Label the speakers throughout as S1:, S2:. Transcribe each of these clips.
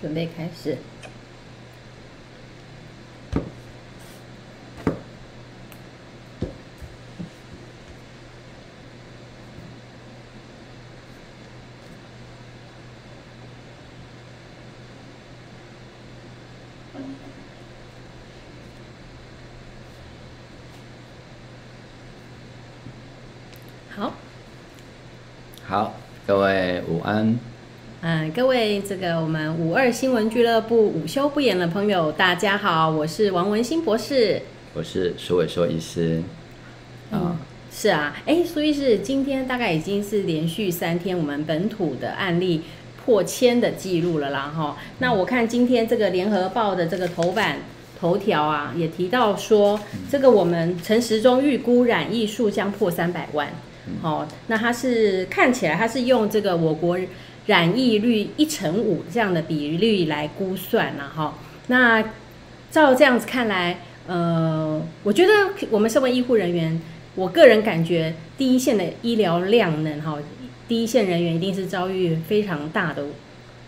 S1: 准备开始。好，
S2: 好，各位午安。
S1: 嗯、各位，这个我们五二新闻俱乐部午休不演的朋友，大家好，我是王文新博士。
S2: 我是苏伟硕医师。
S1: 嗯
S2: 啊、
S1: 是啊，哎，苏医师，今天大概已经是连续三天我们本土的案例破千的记录了啦哈。那我看今天这个联合报的这个头版头条啊，也提到说，这个我们陈时中预估染疫数将破三百万。哦，那它是看起来它是用这个我国染疫率一成五这样的比率来估算了哈、那照这样子看来，呃，我觉得我们身为医护人员，我个人感觉第一线的医疗量能哈，第一线人员一定是遭遇非常大的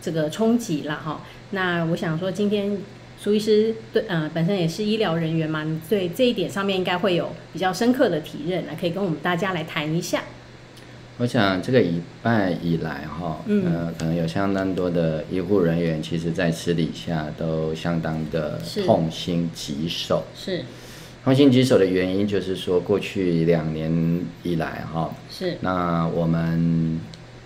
S1: 这个冲击了哈。那我想说，今天苏医师对呃本身也是医疗人员嘛，你对这一点上面应该会有比较深刻的体认啊，可以跟我们大家来谈一下。
S2: 我想这个礼拜以来哈，
S1: 嗯
S2: 呃，可能有相当多的医护人员，其实在私底下都相当的
S1: 是
S2: 痛心疾首。
S1: 是
S2: 痛心疾首的原因就是说，过去两年以来哈，
S1: 是，
S2: 那我们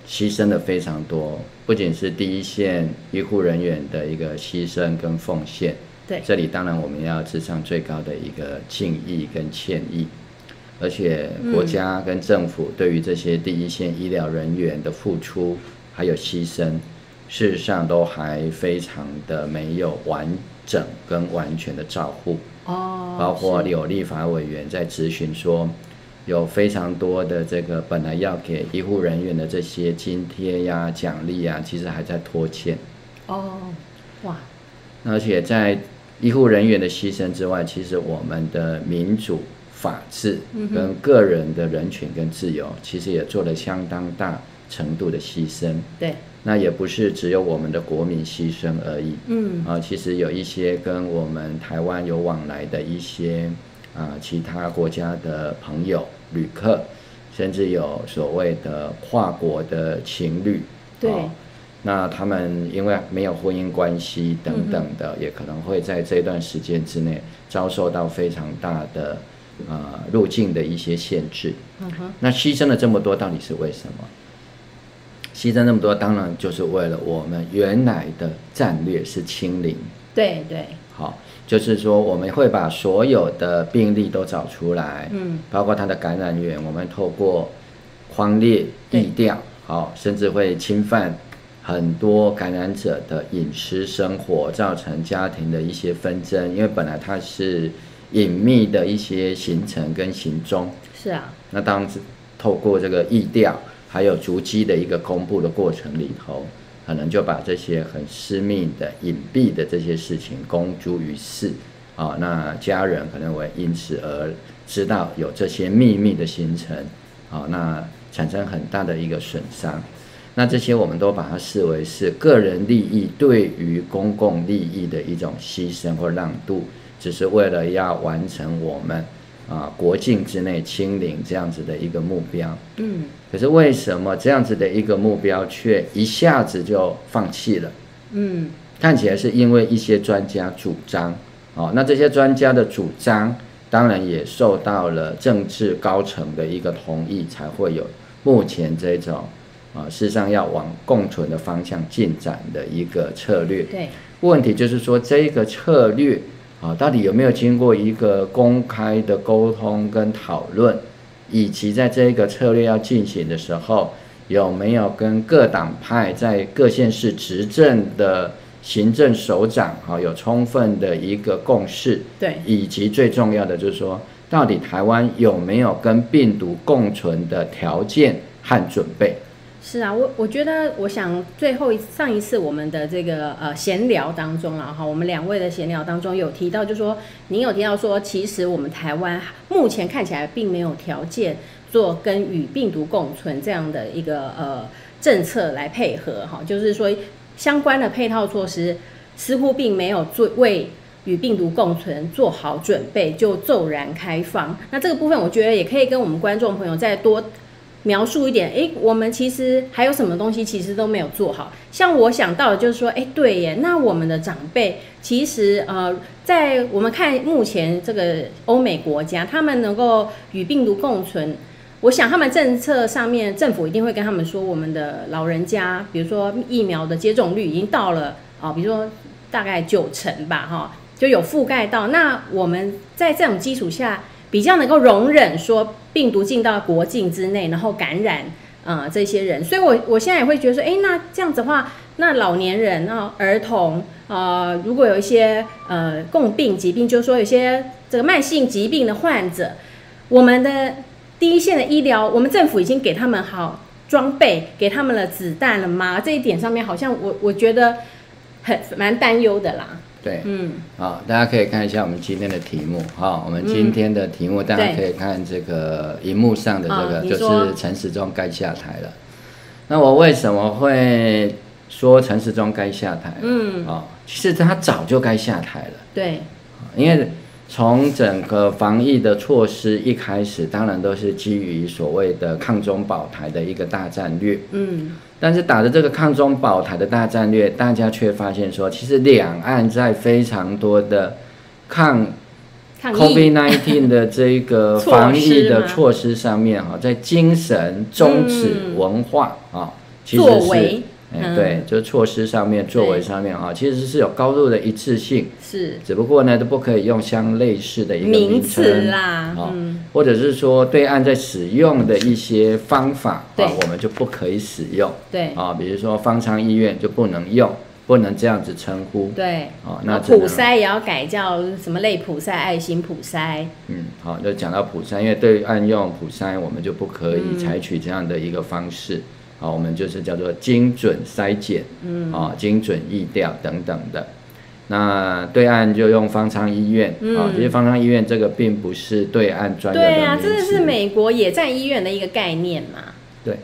S2: 牺牲的非常多，不仅是第一线医护人员的一个牺牲跟奉献，
S1: 对，
S2: 这里当然我们要致上最高的一个敬意跟歉意，
S1: 嗯
S2: 而且国家跟政府对于这些第一线医疗人员的付出还有牺牲，事实上都还非常的没有完整跟完全的照顾。
S1: 哦，
S2: 包括
S1: 是
S2: 有立法委员在咨询说，有非常多的这个本来要给医护人员的这些津贴呀、奖励呀，其实还在拖欠。
S1: 哦，哇，
S2: 而且在医护人员的牺牲之外，其实我们的民主、法治跟个人的人权跟自由，其实也做了相当大程度的牺牲。
S1: 对，
S2: 那也不是只有我们的国民牺牲而已，
S1: 嗯，
S2: 啊，其实有一些跟我们台湾有往来的一些啊其他国家的朋友、旅客，甚至有所谓的跨国的情侣，
S1: 对
S2: 哦那他们因为没有婚姻关系
S1: 嗯
S2: 等等的，也可能会在这段时间之内遭受到非常大的呃入境的一些限制。
S1: 嗯哼，
S2: 那牺牲了这么多，到底是为什么？牺牲那么多，当然就是为了我们原来的战略是清零，
S1: 对对，
S2: 好，就是说我们会把所有的病例都找出来，
S1: 嗯，
S2: 包括它的感染源，我们透过框列、
S1: 对
S2: 疫调，好，甚至会侵犯很多感染者的饮食生活，造成家庭的一些纷争，因为本来它是隐秘的一些行程跟行踪，
S1: 是啊，
S2: 那当然是透过这个意调，还有足迹的一个公布的过程里头，可能就把这些很私密的、隐蔽的这些事情公诸于世啊、那家人可能会因此而知道有这些秘密的形成，啊、那产生很大的一个损伤。那这些我们都把它视为是个人利益对于公共利益的一种牺牲或让渡，只是为了要完成我们啊国境之内清零这样子的一个目标。
S1: 嗯
S2: 可是为什么这样子的一个目标却一下子就放弃了？
S1: 嗯，
S2: 看起来是因为一些专家主张，哦，那这些专家的主张当然也受到了政治高层的一个同意，才会有目前这种啊、事实上要往共存的方向进展的一个策略。
S1: 对，
S2: 问题就是说这个策略啊，到底有没有经过一个公开的沟通跟讨论，以及在这个策略要进行的时候，有没有跟各党派在各县市执政的行政首长啊有充分的一个共识，
S1: 对，
S2: 以及最重要的就是说，到底台湾有没有跟病毒共存的条件和准备？
S1: 是啊，我我觉得，我想最后一上一次我们的这个呃闲聊当中啊，哈，我们两位的闲聊当中有提到，就说您有提到说，其实我们台湾目前看起来并没有条件做跟与病毒共存这样的一个呃政策来配合哈，就是说相关的配套措施似乎并没有做为与病毒共存做好准备，就骤然开放。那这个部分，我觉得也可以跟我们观众朋友再多描述一点。诶，我们其实还有什么东西其实都没有做好？像我想到的就是说，诶，对耶，那我们的长辈其实呃，在我们看目前这个欧美国家，他们能够与病毒共存。我想他们政策上面，政府一定会跟他们说，我们的老人家，比如说疫苗的接种率已经到了啊、比如说大概九成吧，哈，就有覆盖到。那我们在这种基础下，比较能够容忍说病毒进到国境之内，然后感染呃这些人。所以我我现在也会觉得说，诶，那这样子的话，那老年人啊、儿童呃，如果有一些呃共病疾病，就是说有些这个慢性疾病的患者，我们的第一线的医疗，我们政府已经给他们好装备，给他们了子弹了吗？这一点上面，好像我我觉得很蛮担忧的啦。
S2: 对，
S1: 嗯，
S2: 好，大家可以看一下我们今天的题目哈、我们今天的题目大家可以看这个荧幕上的
S1: 啊你
S2: 这个，
S1: 说
S2: 就是陈时中该下台了。那我为什么会说陈时中该下台？
S1: 嗯，
S2: 哦，其实他早就该下台了。
S1: 对，
S2: 因为从整个防疫的措施一开始，当然都是基于所谓的抗中保台的一个大战略。
S1: 嗯，
S2: 但是打着这个抗中保台的大战略，大家却发现说，其实两岸在非常多的抗
S1: 抗议
S2: COVID-19 的这 个
S1: 措施
S2: 防疫的
S1: 吗嗯
S2: 措施上面哈，在精神、宗旨、文化啊，其实
S1: 作
S2: 是
S1: 为
S2: 哎
S1: 嗯
S2: 对，就是措施上面、作为
S1: 对
S2: 上面哈，其实是有高度的一致性。
S1: 是
S2: 只不过呢，都不可以用相类似的一个
S1: 名词
S2: 称
S1: 啦，
S2: 哦
S1: 嗯，
S2: 或者是说对岸在使用的一些方法，
S1: 对
S2: 啊，我们就不可以使用
S1: 对
S2: 啊，比如说方舱医院就不能用，不能这样子称呼
S1: 对。
S2: 啊，
S1: 然
S2: 那
S1: 后
S2: 只能
S1: 哦普筛也要改叫什么类普筛、爱心普筛，
S2: 嗯，好、就讲到普筛，因为对岸用普筛，我们就不可
S1: 嗯
S2: 以采取这样的一个方式。好、我们就是叫做精准筛检，嗯，啊、精准疫调等等的。那对岸就用方舱医院，啊、
S1: 嗯
S2: 其实方舱医院这个并不是对岸专有的
S1: 对
S2: 名
S1: 啊，
S2: 词。
S1: 这个是美国野战医院的一个概念嘛，
S2: 对，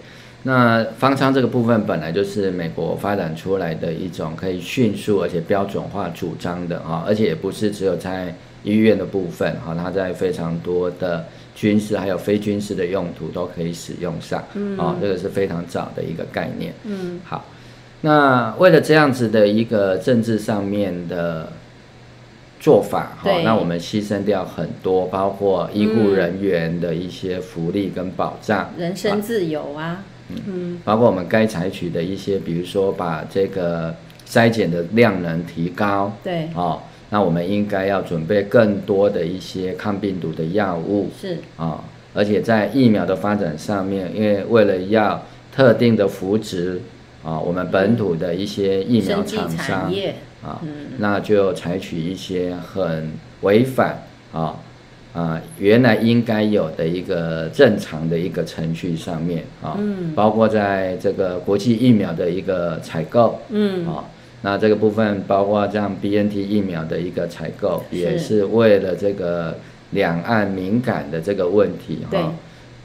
S2: 那方舱这个部分本来就是美国发展出来的一种可以迅速而且标准化主张的啊，而且也不是只有在医院的部分哈，它在非常多的军事还有非军事的用途都可以使用上，啊，这个是非常早的一个概念。
S1: 嗯，
S2: 好，那为了这样子的一个政治上面的做法哈
S1: 对，嗯
S2: 那我们牺牲掉很多，包括医护人员的一些福利跟保障，
S1: 人身自由啊，嗯，
S2: 包括我们该采取的一些，比如说把这个筛检的量能提高，
S1: 对，
S2: 哦，那我们应该要准备更多的一些抗病毒的药物
S1: 是，
S2: 啊、哦而且在疫苗的发展上面，因为为了要特定的扶植啊、我们本土的一些疫苗
S1: 生技
S2: 厂商
S1: 产业，
S2: 啊、
S1: 嗯
S2: 那就采取一些很违反啊啊、原来应该有的一个正常的一个程序上面啊，
S1: 嗯
S2: 包括在这个国际疫苗的一个采购
S1: 嗯，
S2: 啊，那这个部分包括像 B N T 疫苗的一个采购，
S1: 是
S2: 也是为了这个两岸敏感的这个问题哈、
S1: 对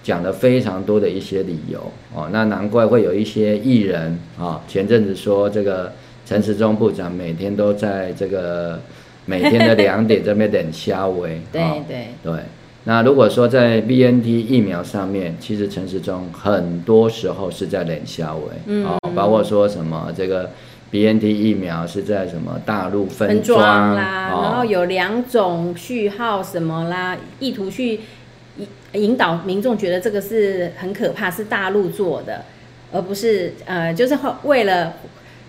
S2: 讲了非常多的一些理由哦，那难怪会有一些艺人啊、前阵子说这个陈时中部长每天都在这个每天的两点这边等瞎围，
S1: 对
S2: 哦
S1: 对，
S2: 对。那如果说在 B N T 疫苗上面，其实陈时中很多时候是在冷笑为，
S1: 嗯
S2: 哦，包括说什么这个 B N T 疫苗是在什么大陆分
S1: 分
S2: 装
S1: 装啦，然后
S2: 哦，
S1: 有两种序号什么啦，意图去引引导民众觉得这个是很可怕，是大陆做的，而不是呃，就是为了。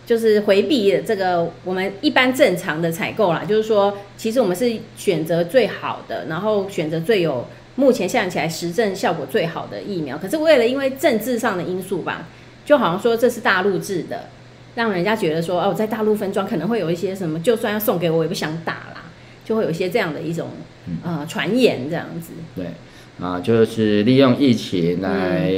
S1: 就是回避这个我们一般正常的采购啦，就是说，其实我们是选择最好的，然后选择最有目前想起来实证效果最好的疫苗。可是为了因为政治上的因素吧，就好像说这是大陆制的，让人家觉得说哦，在大陆分装可能会有一些什么，就算要送给我，我也不想打啦，就会有一些这样的一种
S2: 嗯
S1: 呃传言这样子。
S2: 对，啊，就是利用疫情来、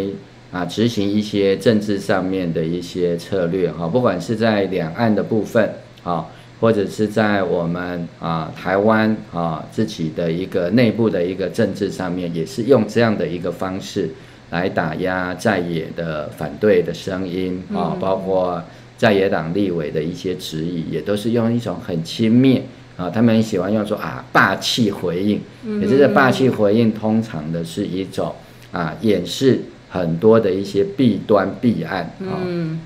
S2: 啊执行一些政治上面的一些策略哈、不管是在两岸的部分啊、或者是在我们啊台湾啊自己的一个内部的一个政治上面，也是用这样的一个方式来打压在野的反对的声音啊、包括。在野党立委的一些质疑，也都是用一种很轻蔑啊，他们很喜欢用说啊霸气回应，也就是霸气回应，通常的是一种啊掩饰很多的一些弊端弊案啊。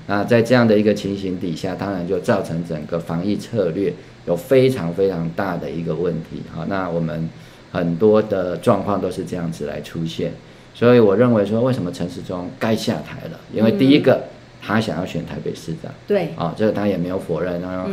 S2: 那在这样的一个情形底下，当然就造成整个防疫策略有非常非常大的一个问题哈。那我们很多的状况都是这样子来出现，所以我认为说，为什么陈时中该下台了？因为第一个，他想要选台北市长，
S1: 对，嗯
S2: 啊、这个他也没有否认。然后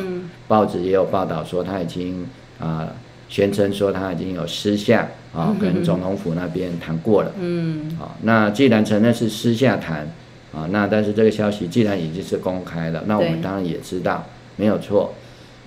S2: 报纸也有报道说他已经啊、宣称说他已经有私下啊、跟总统府那边谈过了。
S1: 嗯，
S2: 啊、那既然承认是私下谈啊、那但是这个消息既然已经是公开了，那我
S1: 对
S2: 们当然也知道没有错。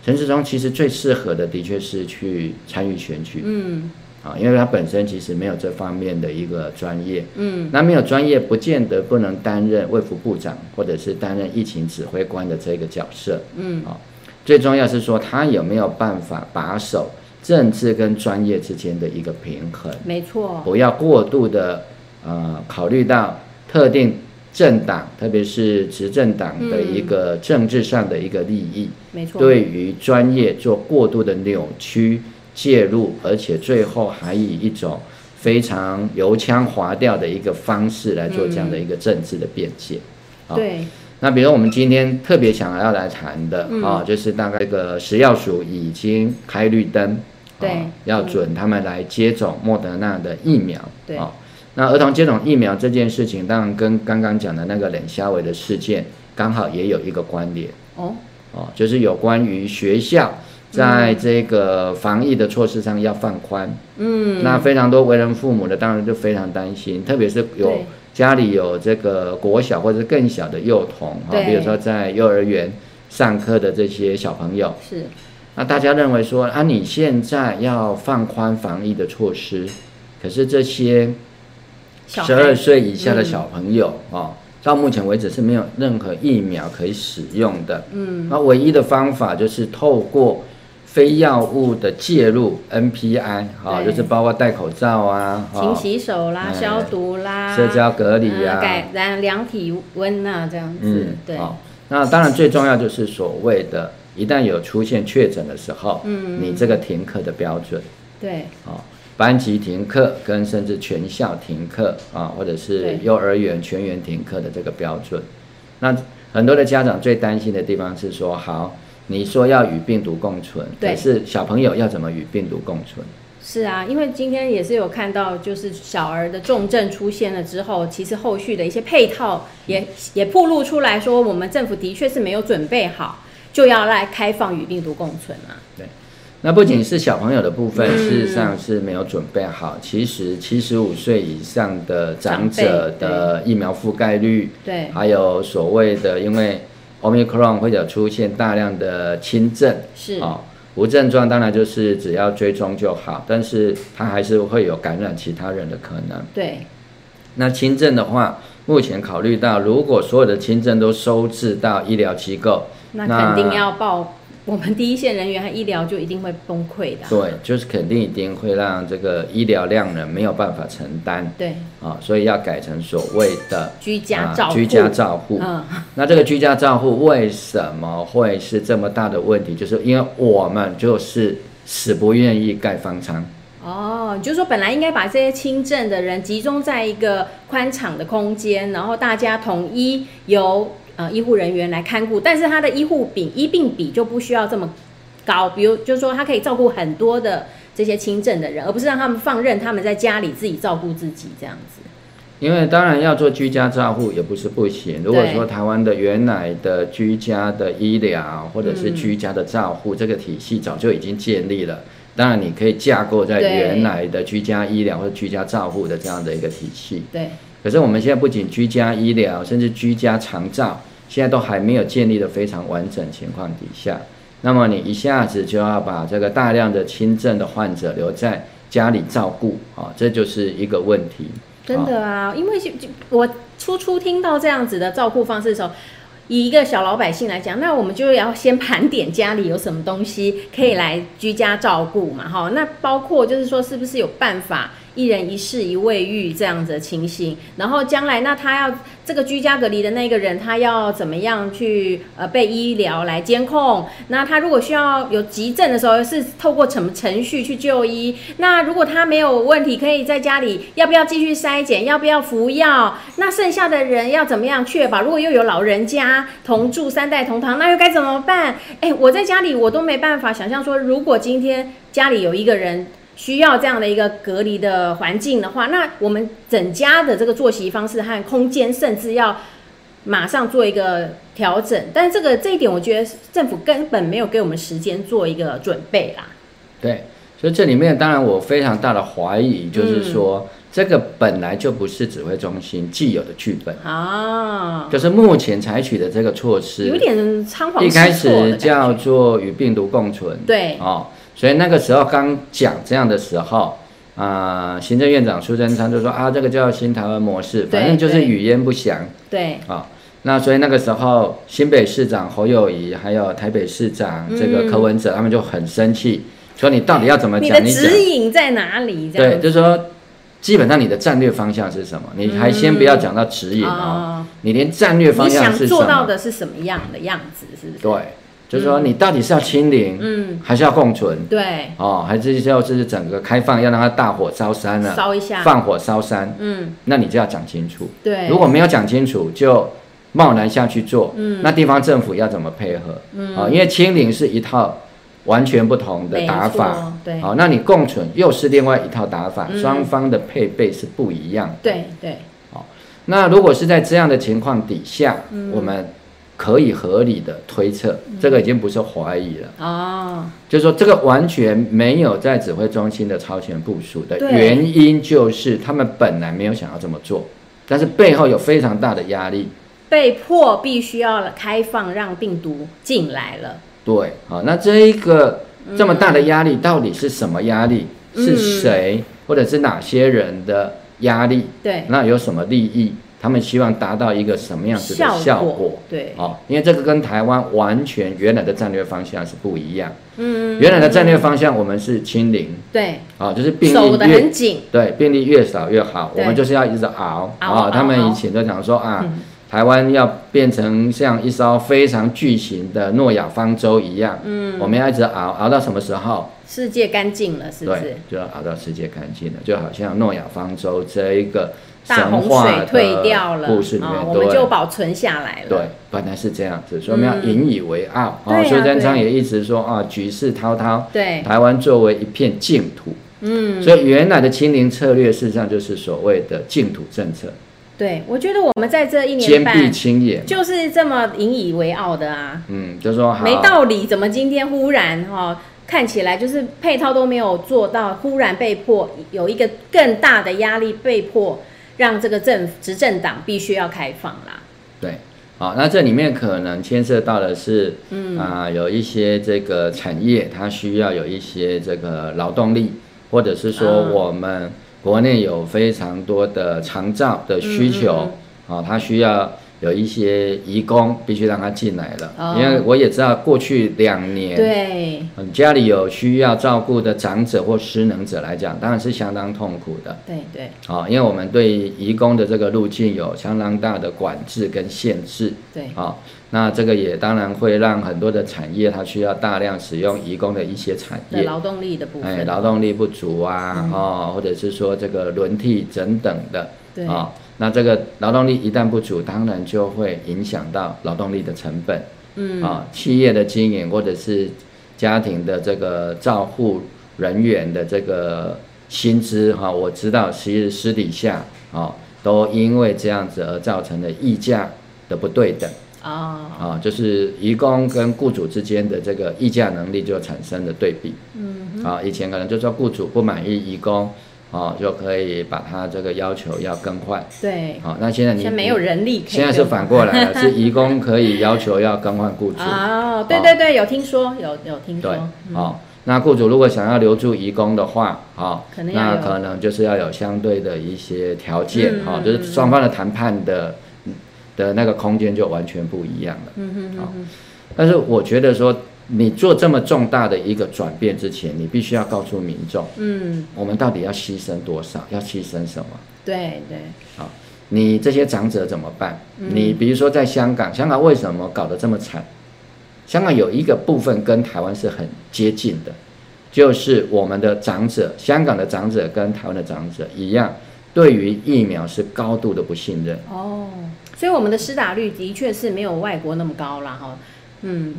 S2: 陈时中其实最适合的的确是去参与选举，
S1: 嗯，
S2: 啊，因为他本身其实没有这方面的一个专业，
S1: 嗯，
S2: 那没有专业不见得不能担任卫福部长或者是担任疫情指挥官的这个角色，
S1: 嗯，
S2: 啊，最重要是说他有没有办法把守政治跟专业之间的一个平衡，
S1: 没错，
S2: 不要过度的呃考虑到特定政党，特别是执政党的
S1: 嗯
S2: 一个政治上的一个利益，
S1: 没错，
S2: 对于专业做过度的扭曲介入，而且最后还以一种非常油腔滑调的一个方式来做这样的一个政治的辩解。
S1: 嗯
S2: 好
S1: 对，
S2: 那比如我们今天特别想要来谈的啊、
S1: 嗯
S2: 就是大概这个食药署已经开绿灯，
S1: 对
S2: 啊要准他们来接种莫德纳的疫苗，
S1: 对
S2: 啊那儿童接种疫苗这件事情，当然跟刚刚讲的那个冷虾尾的事件刚好也有一个关联。
S1: 哦，
S2: 哦，就是有关于学校在
S1: 嗯
S2: 这个防疫的措施上要放宽。嗯，那非常多为人父母的当然就非常担心，特别是有
S1: 对
S2: 家里有这个国小或者更小的幼童哈、
S1: 对
S2: 比如说在幼儿园上课的这些小朋友，
S1: 是，
S2: 那大家认为说啊，你现在要放宽防疫的措施，可是这些
S1: 小
S2: 十二
S1: 孩，嗯
S2: 岁以下的小朋友哦，到目前为止是没有任何疫苗可以使用的。嗯，那唯一的方法就是透过非药物的介入 NPI 哈、
S1: 对
S2: 哦就是包括戴口罩啊，
S1: 勤
S2: 哦，
S1: 洗手啦，
S2: 哎
S1: 消毒啦，
S2: 社交隔离
S1: 嗯
S2: 啊，
S1: 改然量体温啊，这样子
S2: 嗯，，
S1: 对，
S2: 哦，那当然最重要就是所谓的，一旦有出现确诊的时候，嗯，你这个停课的标准。
S1: 对，
S2: 哦，班级停课跟甚至全校停课啊，或者
S1: 对
S2: 是幼儿园全员停课的这个标准。那很多的家长最担心的地方是说，好，你说要与病毒共存，
S1: 对
S2: 可是小朋友要怎么与病毒共存？
S1: 是啊，因为今天也是有看到，就是小儿的重症出现了之后，其实后续的一些配套也也暴露出来说，我们政府的确是没有准备好，就要来开放与病毒共存啊。
S2: 那不仅是小朋友的部分，
S1: 嗯
S2: 事实上是没有准备好。其实七十五岁以上的长者
S1: 长辈
S2: 的疫苗覆盖率，
S1: 对，
S2: 还有所谓的因为 Omicron 会有出现大量的轻症，
S1: 是，
S2: 哦，无症状当然就是只要追踪就好，但是它还是会有感染其他人的可能。
S1: 对，
S2: 那轻症的话，目前考虑到如果所有的轻症都收治到医疗机构，
S1: 那
S2: 那
S1: 肯定要报，我们第一线人员和医疗就一定会崩溃的啊。
S2: 对，就是肯定一定会让这个医疗量能没有办法承担
S1: 对，
S2: 啊、所以要改成所谓的。
S1: 居家
S2: 啊
S1: 照顾，
S2: 居家照护，
S1: 嗯，
S2: 那这个居家照护为什么会是这么大的问题？就是因为我们就是死不愿意盖方舱，
S1: 哦，你就说本来应该把这些轻症的人集中在一个宽敞的空间，然后大家统一由呃医护人员来看顾，但是他的医护比医病比就不需要这么高，比如就是说他可以照顾很多的这些轻症的人，而不是让他们放任他们在家里自己照顾自己这样子。
S2: 因为当然要做居家照护也不是不行。如果
S1: 对
S2: 说台湾的原来的居家的医疗或者
S1: 嗯
S2: 是居家的照护、这个体系早就已经建立了，当然你可以架构在
S1: 对
S2: 原来的居家医疗或者居家照护的这样的一个体系。
S1: 对，
S2: 可是我们现在不仅居家医疗，甚至居家长照，现在都还没有建立的非常完整情况底下，那么你一下子就要把这个大量的轻症的患者留在家里照顾啊、这就是一个问题。
S1: 真的啊，因为就就我初初听到这样子的照顾方式的时候，以一个小老百姓来讲，那我们就要先盘点家里有什么东西可以来居家照顾嘛，哈，那包括就是说是不是有办法一人一室一卫浴这样子的情形。然后将来那他要这个居家隔离的那个人，他要怎么样去呃被医疗来监控？那他如果需要有急症的时候，是透过什么程序去就医？那如果他没有问题，可以在家里，要不要继续筛检？要不要服药？那剩下的人要怎么样确保？如果又有老人家同住三代同堂，那又该怎么办？哎，我在家里我都没办法想象说，如果今天家里有一个人需要这样的一个隔离的环境的话，那我们整家的这个作息方式和空间，甚至要马上做一个调整。但这个这一点，我觉得政府根本没有给我们时间做一个准备啦。
S2: 对，所以这里面当然我非常大的怀疑，就是
S1: 嗯
S2: 说、这个本来就不是指挥中心既有的剧本，
S1: 啊，
S2: 就是目前采取的这个措
S1: 有
S2: 施，
S1: 点仓皇
S2: 一开
S1: 失措的
S2: 始
S1: 感觉
S2: 叫做与病毒共存，
S1: 对，
S2: 哦，所以那个时候刚讲这样的时候，啊、行政院长苏贞昌就说啊，这个叫新台湾模式，
S1: 对
S2: 反正就是
S1: 对
S2: 语焉不详
S1: 对，
S2: 啊、那所以那个时候，新北市长侯友谊还有台北市长这个柯文哲，他们就很生气，说你到底要怎么
S1: 嗯你
S2: 讲？
S1: 的
S2: 你讲
S1: 指引在哪里？这
S2: 对，
S1: 样
S2: 就是说基本上你的战略方向是什么？你还先不要讲到指引哦，
S1: 啊，
S2: 你连战略方
S1: 你
S2: 向
S1: 想
S2: 是什
S1: 做到
S2: 么？
S1: 的是什么样的样子？是不是？
S2: 对，就是说你到底是要清零，
S1: 嗯，
S2: 还是要共存？
S1: 对，
S2: 哦，还是要就是整个开放，要让它大火烧山啊，
S1: 烧一下，
S2: 放火烧山，
S1: 嗯，
S2: 那你就要讲清楚。
S1: 对，
S2: 如果没有讲清楚，就贸然下去做，嗯，那地方政府要怎么配合？嗯，啊、因为清零是一套完全不同的
S1: 没
S2: 打法，
S1: 错，对，
S2: 好、那你共存又是另外一套打法，
S1: 嗯
S2: 双方的配备是不一样的。
S1: 对对，
S2: 那如果是在这样的情况底下，
S1: 嗯
S2: 我们可以合理的推测，这个已经不是怀疑了。
S1: 哦，
S2: 就是说，这个完全没有在指挥中心的超前部署的
S1: 对
S2: 原因，就是他们本来没有想要这么做，但是背后有非常大的压力。
S1: 被迫必须要开放，让病毒进来了，
S2: 对，好，那这一个这么大的压力到底是什么压力？
S1: 嗯
S2: 是谁或者是哪些人的压力？
S1: 对，
S2: 那有什么利益？他们希望达到一个什么样子的效果？
S1: 对，
S2: 哦，因为这个跟台湾完全原来的战略方向是不一样。
S1: 嗯，
S2: 原来的战略方向，我们是清零，
S1: 对，
S2: 啊、就是病
S1: 守
S2: 例
S1: 得
S2: 越
S1: 很紧，
S2: 对，病例越少越好，
S1: 对
S2: 我们就是要一直熬
S1: 熬
S2: 啊、
S1: 熬嗯
S2: 他们
S1: 熬
S2: 以前都讲说啊，台湾要变成像一艘非常巨型的诺亚方舟一样，嗯，我们要一直熬，熬到什么时候？
S1: 世界干净了，是不是
S2: 对？，就要熬到世界干净了，就好像诺亚方舟这一个
S1: 大
S2: 神
S1: 洪
S2: 话
S1: 水
S2: 的
S1: 退掉了，
S2: 故事里面，
S1: 啊，我
S2: 对
S1: 们就保存下来了，
S2: 对，本来是这样子，所以我们要引以为傲啊、
S1: 对啊
S2: 苏贞昌
S1: 对
S2: 也一直说啊，举世滔滔，
S1: 对，
S2: 台湾作为一片净土，嗯，所以原来的清零策略事实上就是所谓的净土政策，
S1: 对，我觉得我们在这一年
S2: 坚壁
S1: 半
S2: 清野，
S1: 就是这么引以为傲的啊，
S2: 嗯，就说好，
S1: 没道理，怎么今天忽然哈、看起来就是配套都没有做到，忽然被迫有一个更大的压力，被迫让这个政执政党必须要开放啦。
S2: 对，好，那这里面可能牵涉到的是，嗯啊、有一些这个产业它需要有一些这个劳动力，或者是说
S1: 嗯
S2: 我们国内有非常多的长照的
S1: 嗯
S2: 需求，啊、它需要。有一些移工必须让他进来了，
S1: 哦
S2: 因为我也知道过去两年，
S1: 对，
S2: 嗯，家里有需要照顾的长者或失能者来讲，当然是相当痛苦的
S1: 对对
S2: 啊、因为我们对移工的这个路径有相当大的管制跟限制
S1: 对，
S2: 啊、那这个也当然会让很多的产业它需要大量使用移工的一些产
S1: 的
S2: 业，
S1: 劳动力的嗯部
S2: 哎，
S1: 分，
S2: 劳动力不足啊，哦，或者是说这个轮替等等的
S1: 对
S2: 啊、那这个劳动力一旦不足，当然就会影响到劳动力的成本。
S1: 嗯，
S2: 啊，企业的经营或者是家庭的这个照护人员的这个薪资哈、我知道其实私底下啊，都因为这样子而造成了溢价的不对等
S1: 哦，
S2: 啊，就是移工跟雇主之间的这个议价能力就产生了对比。嗯，啊，以前可能就说雇主不满意移工。啊，就可以把他这个要求要更换。
S1: 对，
S2: 好、那现在你
S1: 现在没有人力可以
S2: 现在是
S1: 跟
S2: 反过来了，是移工可以要求要更 换雇主。
S1: 哦，对对对，有听说，有有听
S2: 对，
S1: 说，
S2: 哦，那雇主如果想要留住移工的话，哦
S1: 可，能要
S2: 那
S1: 有
S2: 可能就是要有相对的一些条件，
S1: 嗯
S2: 哦，就是双方的谈判的
S1: 嗯
S2: 的那个空间就完全不一样了，嗯嗯，但是我觉得说你做这么重大的一个转变之前，你必须要告诉民众，
S1: 嗯，
S2: 我们到底要牺牲多少，要牺牲什么。
S1: 对对，
S2: 啊，你这些长者怎么办？你比如说在香港，香港为什么搞得这么惨？香港有一个部分跟台湾是很接近的，就是我们的长者，香港的长者跟台湾的长者一样，对于疫苗是高度的不信任。
S1: 哦，所以我们的施打率的确是没有外国那么高啦哈，嗯，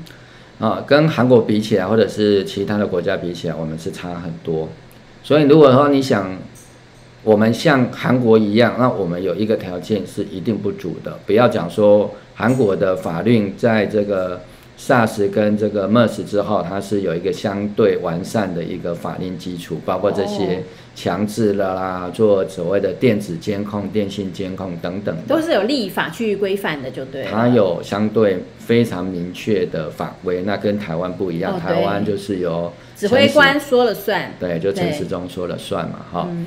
S2: 啊，跟韩国比起来，或者是其他的国家比起来，我们是差很多。所以如果说你想我们像韩国一样，那我们有一个条件是一定不足的。不要讲说韩国的法律在这个 SARS 跟这个 MERS 之后，它是有一个相对完善的一个法令基础，包括这
S1: 哦
S2: 些强制的啦，做所谓的电子监控、电信监控等等的。
S1: 都是有立法去规范的，就对了。
S2: 它有相对非常明确的法规，那跟台湾不一样。
S1: 哦对
S2: 台湾就是由
S1: 指挥
S2: 陈时
S1: 官说了算，
S2: 对，就陈
S1: 对
S2: 时中说了算嘛，哈、
S1: 嗯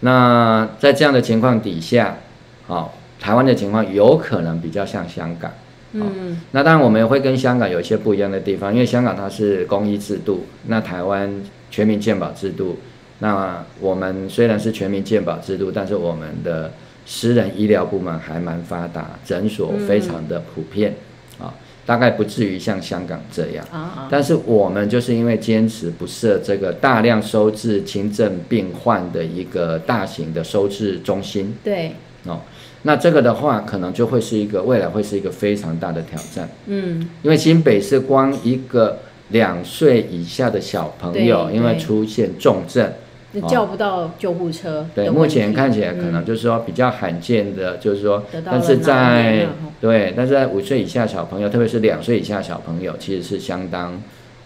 S2: 那在这样的情况底下，好、台湾的情况有可能比较像香港。
S1: 嗯，
S2: 那当然，我们也会跟香港有一些不一样的地方，因为香港它是公益制度，那台湾全民健保制度。那我们虽然是全民健保制度，但是我们的私人医疗部门还蛮发达，诊所
S1: 嗯
S2: 非常的普遍啊、大概不至于像香港这样。
S1: 啊啊，
S2: 但是我们就是因为坚持不设这个大量收治轻症病患的一个大型的收治中心
S1: 对，
S2: 哦，那这个的话可能就会是一个未来会是一个非常大的挑战，
S1: 嗯，
S2: 因为新北市光一个两岁以下的小朋友，
S1: 对
S2: 因为
S1: 对
S2: 出现重症，
S1: 那
S2: 哦
S1: 叫不到救护车。
S2: 对，目前看起来可能就是说比较罕见的，就是说
S1: 嗯得，到了
S2: 但是
S1: 脑炎
S2: 在
S1: 了哈
S2: 对，但是在五岁以下小朋友，特别是两岁以下小朋友，其实是相当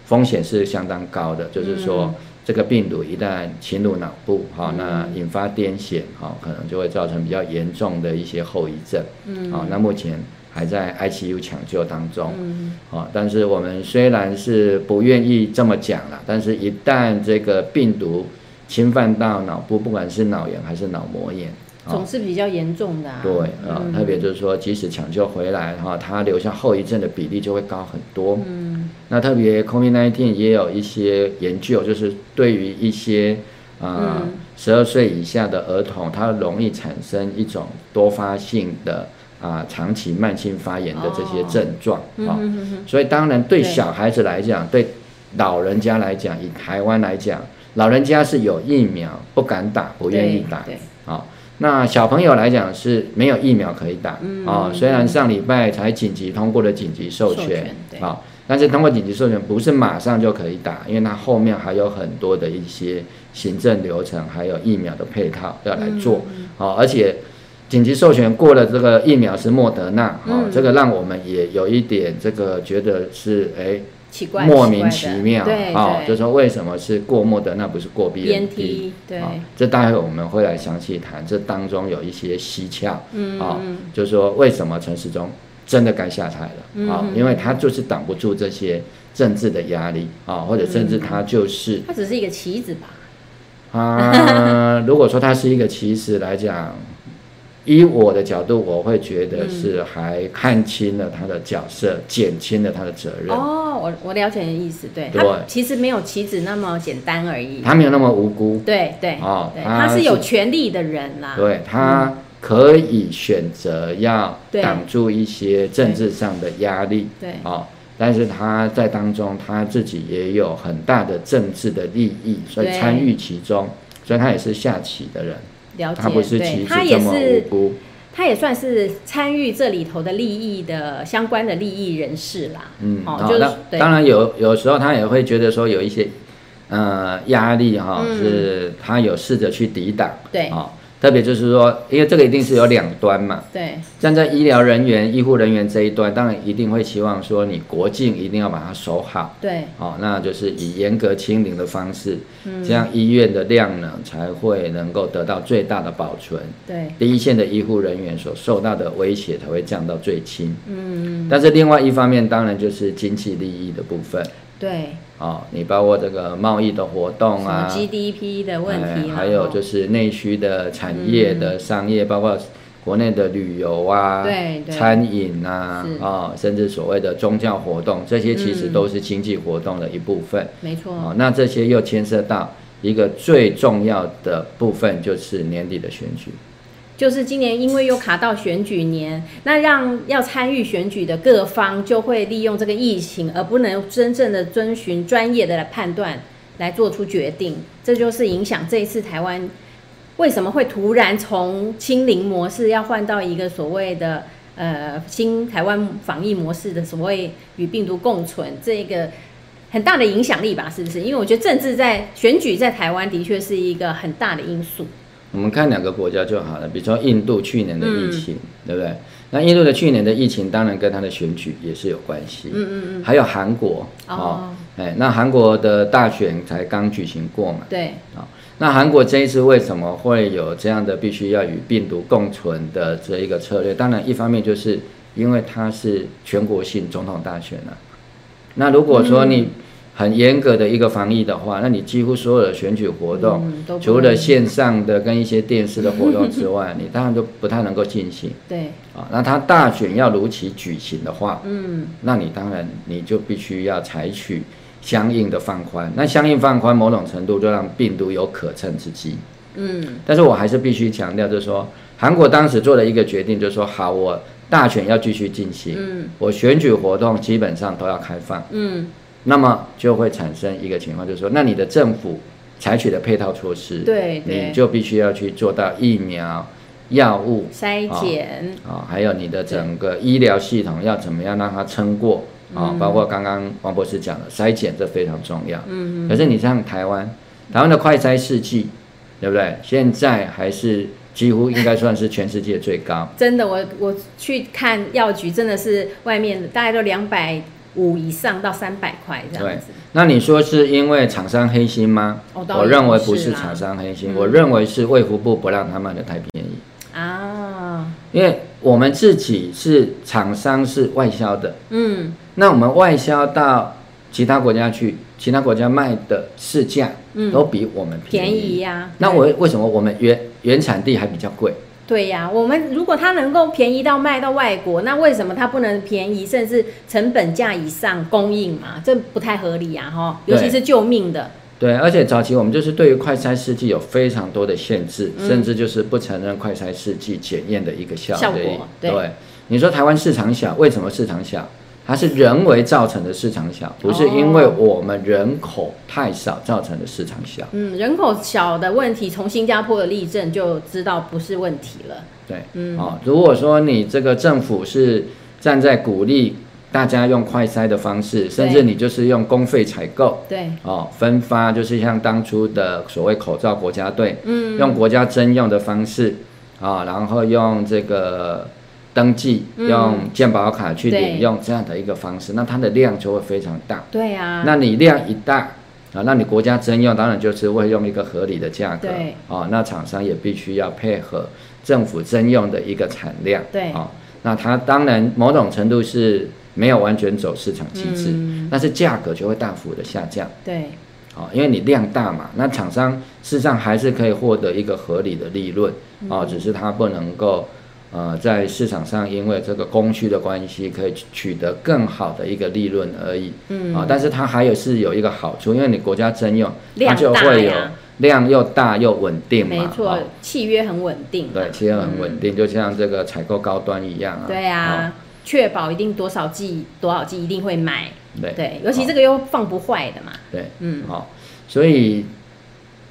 S2: 风险是相当高的，就是
S1: 嗯
S2: 说这个病毒一旦侵入脑部，哈、那
S1: 嗯
S2: 引发癫痫，哈、可能就会造成比较严重的一些后遗症，嗯，好、那目前还在 ICU 抢救当中，
S1: 嗯，
S2: 啊，但是我们虽然是不愿意这么讲啦，但是一旦这个病毒侵犯到脑部，不管是脑炎还是脑膜炎，啊
S1: 总，是比较严重的、啊。
S2: 对啊，特别就是说，即使抢救回来哈、它留下后遗症的比例就会高很多。嗯，那特别 COVID-19 也有一些研究，就是对于一些啊
S1: 嗯
S2: 十二岁以下的儿童，它容易产生一种多发性的啊、长期慢性发炎的这些
S1: 哦
S2: 症状啊。
S1: 嗯哼哼哼
S2: 所以当然对
S1: 对
S2: 小孩子来讲，对老人家来讲，以台湾来讲，老人家是有疫苗不敢打，不愿意打啊、
S1: 对，对
S2: 那小朋友来讲是没有疫苗可以打啊、
S1: 嗯
S2: 虽然上礼拜才紧急通过了紧急授
S1: 授
S2: 权
S1: 权对
S2: 啊、但是通过紧急授权不是马上就可以打，因为它后面还有很多的一些行政流程，还有疫苗的配套要来做
S1: 嗯
S2: 啊、而且。紧急授权过了这个疫苗是莫德纳啊、
S1: 嗯
S2: 这个让我们也有一点这个觉得是哎
S1: 奇怪，
S2: 莫名
S1: 奇
S2: 其
S1: 怪的
S2: 妙
S1: 对
S2: 啊、
S1: 对
S2: 就说为什么是过莫德纳不是过 BNT？
S1: BNT，对，
S2: 啊，这待会我们会来详细谈，这当中有一些蹊跷，嗯啊，就是说为什么陈时中真的该下台
S1: 嗯
S2: 了啊、因为他就是挡不住这些政治的压力啊，或者甚至
S1: 嗯
S2: 他就是
S1: 它只是一个棋子吧？
S2: 啊，如果说它是一个起始来讲，以我的角度，我会觉得是还看清了他的角色，减轻了他的责任，
S1: 哦，我我了解你的意思，对，
S2: 对
S1: 它其实没有棋子那么简单而已。
S2: 他没有那么无辜，
S1: 对对，
S2: 哦
S1: 对，
S2: 它
S1: 他是
S2: 是
S1: 有权利的人啦。
S2: 对他可以选择要
S1: 对
S2: 挡住一些政治上的压力，
S1: 对
S2: 哦，但是他在当中他自己也有很大的政治的利益，所以
S1: 对
S2: 参与其中，所以他也是下棋的人，
S1: 了解，
S2: 他不是
S1: 对，
S2: 棋子
S1: 他
S2: 这
S1: 也
S2: 么
S1: 是
S2: 无辜。
S1: 他也算是参与这里头的利益的相关的利益人士啦。
S2: 嗯，
S1: 哦
S2: 好，
S1: 就是
S2: 那
S1: 对
S2: 当然有有时候他也会觉得说有一些呃压力哈、是他有试着去抵挡，
S1: 嗯对
S2: 啊、特别就是说，因为这个一定是有两端嘛，
S1: 对，
S2: 站在医疗人员、医护人员这一端，当然一定会期望说你国境一定要把它守好，
S1: 对，
S2: 哦，那就是以严格清零的方式，
S1: 嗯
S2: 这样医院的量呢才会能够得到最大的保存，
S1: 对，
S2: 第一线的医护人员所受到的威胁才会降到最轻。嗯，但是另外一方面，当然就是经济利益的部分
S1: 对，
S2: 哦，你包括这个贸易的活
S1: 什
S2: 动
S1: 么
S2: 啊，
S1: GDP 的问题
S2: 哎
S1: 啦，嗯
S2: 还有
S1: 哦
S2: 就是内需的产业的商业，包括国内的旅游啊，
S1: 对对
S2: 餐饮啊
S1: 是，
S2: 啊、甚至所谓的宗教活动，这些其实
S1: 嗯
S2: 都是经济活动的一部分。
S1: 没错，
S2: 哦，那这些又牵涉到一个最重要的部分，就是年底的选举。
S1: 就是今年因为又卡到选举年，那让要参与选举的各方就会利用这个疫情，而不能真正的遵循专业的来判断，来做出决定。这就是影响这一次台湾为什么会突然从清零模式要换到一个所谓的呃新台湾防疫模式的所谓与病毒共存这个。很大的影响力吧，是不是？因为我觉得政治在选举在台湾的确是一个很大的因素。
S2: 我们看两个国家就好了，比如说印度去年的疫情，对不对？那印度的去年的疫情，当然跟它的选举也是有关系。嗯嗯嗯。还有韩国
S1: 哦
S2: 哎，那韩国的大选才刚举行过嘛，
S1: 对，
S2: 啊、那韩国这一次为什么会有这样的必须要与病毒共存的这一个策略？当然，一方面就是因为它是全国性总统大选啊。那如果说你很严格的一个防疫的话，那你几乎所有的选举活动，
S1: 嗯都不
S2: 除
S1: 能
S2: 了线上的跟一些电视的活动之 外，你当然都不太能够进行
S1: 对，
S2: 啊。那他大选要如期举行的话，
S1: 嗯，
S2: 那你当然你就必须要采取相应的放宽。那相应放宽，某种程度就让病毒有可乘之机。
S1: 嗯，
S2: 但是我还是必须强调，就是说，韩国当时做了一个决定，就是说，好，我大选要继续进行，
S1: 嗯，
S2: 我选举活动基本上都要开放，
S1: 嗯，
S2: 那么就会产生一个情况，就是说，那你的政府采取的配套措施，
S1: 对对
S2: 你就必须要去做到疫苗、药物
S1: 筛检，
S2: 啊、还有你的整个医疗系统要怎么样让它撑过啊、包括刚刚王博士讲的筛检，这非常重要。嗯可是你像台湾，台湾的快筛试剂，对不对？现在还是几乎应该算是全世界最高。
S1: 真的，我我去看药局，真的是外面大概都两百五以上到三百块这样
S2: 对
S1: 子，，
S2: 那你说是因为厂商黑心吗？
S1: 嗯哦当然
S2: 我认为不
S1: 不是
S2: 是
S1: 啦
S2: 厂商黑心，我认为是卫福部不让他卖的太便宜，
S1: 啊，
S2: 因为我们自己是厂商是外销的，
S1: 嗯
S2: 那我们外销到其他国家去，其他国家卖的市价都比我们便宜。
S1: 嗯便宜呀
S2: 那
S1: 对
S2: 我为什么我们原原产地还比较贵？
S1: 对呀、我们如果它能够便宜到卖到外国，那为什么它不能便宜，甚至成本价以上供应嘛？这不太合理呀、啊哈，尤其
S2: 对
S1: 是救命的，
S2: 对，而且早期我们就是对于快筛试剂有非常多的限制，
S1: 嗯
S2: 甚至就是不承认快筛试剂检验的一个效
S1: 效
S2: 率
S1: 果对
S2: 你说台湾市场小，为什么市场小？它是人为造成的市场小，不是因为
S1: 哦
S2: 我们人口太少造成的市场小。
S1: 嗯，人口小的问题，从新加坡的例证就知道不是问题了，
S2: 对，嗯，哦，如果说你这个政府是站在鼓励大家用快筛的方式，甚至你就是用公费采购，
S1: 对，
S2: 哦，分发就是像当初的所谓口罩国家队，嗯，用国家征用的方式啊、然后用这个登记、用健保卡去
S1: 对
S2: 领用这样的一个方式，那它的量就会非常大。
S1: 对呀、
S2: 那你量一大啊，那你国家征用当然就是会用一个合理的价格，
S1: 对
S2: 啊，那厂商也必须要配合政府征用的一个产量，
S1: 对
S2: 啊，那它当然某种程度是没有完全走市场机制，
S1: 嗯
S2: 但是价格就会大幅的下降。
S1: 对，
S2: 啊，因为你量大嘛，那厂商事实上还是可以获得一个合理的利润
S1: 嗯
S2: 啊，只是它不能够呃在市场上因为这个供需的关系，可以取取得更好的一个利润而已。嗯，啊，但是它还有是有一个好处，因为你国家征用，它
S1: 量
S2: 就
S1: 大
S2: 会有
S1: 呀
S2: 量又大又稳定嘛，
S1: 没错
S2: 啊，
S1: 契约很稳定啊，
S2: 对，其实很稳定，就像这个采购高端一样啊。
S1: 对
S2: 啊
S1: 啊，确保一定多少季多少季一定会买，
S2: 对
S1: 对，尤其这个又放不坏的嘛，
S2: 对，
S1: 嗯，
S2: 好、所以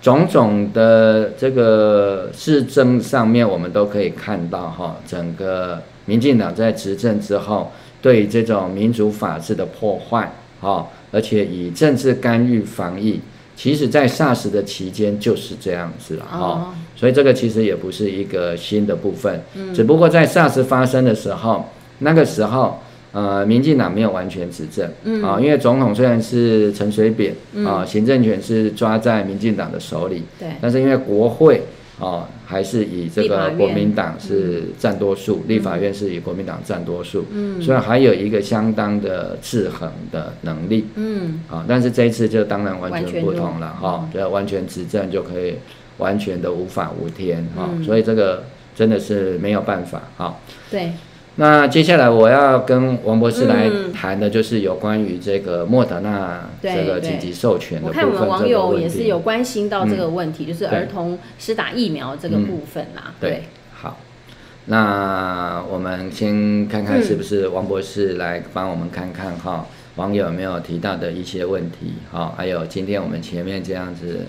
S2: 种种的这个市政上面，我们都可以看到哈、整个民进党在执政之后，对于这种民主法治的破坏，哈、而且以政治干预防疫。其实，在 SARS 的期间就是这样子了哈、
S1: 哦
S2: 所以这个其实也不是一个新的部分，
S1: 嗯
S2: 只不过在 SARS 发生的时候，那个时候呃，民进党没有完全执政，嗯啊，因为总统虽然是陈水扁，
S1: 嗯
S2: 啊，行政权是抓在民进党的手里，
S1: 对
S2: 但是因为国会啊，还是以这
S1: 立法
S2: 个
S1: 院嗯
S2: 国民党是占多数，立法院是以国民党占多数，嗯，所以还有一个相当的制衡的能力，
S1: 嗯，
S2: 啊，但是这一次就当然完
S1: 完全嗯
S2: 全不啊
S1: 嗯
S2: 同了哈，就完全执政就可以完全的无法无天哈、所以这个真的是没有办法哈、
S1: 对，
S2: 那接下来我要跟王博士来
S1: 嗯
S2: 谈的，就是有关于这个莫德纳
S1: 对
S2: 这个
S1: 对
S2: 紧急授权的
S1: 我
S2: 部
S1: 看我们
S2: 分
S1: 网
S2: 这个
S1: 友也
S2: 问
S1: 是
S2: 题嗯
S1: 有。关心到这个问题，就是
S2: 对嗯
S1: 儿童施打疫苗这个部分啦。
S2: 对，好，那我们先看看是不是王博士来帮我们看看哈，网友有没有提到的一些问题哈，还有今天我们前面这样子，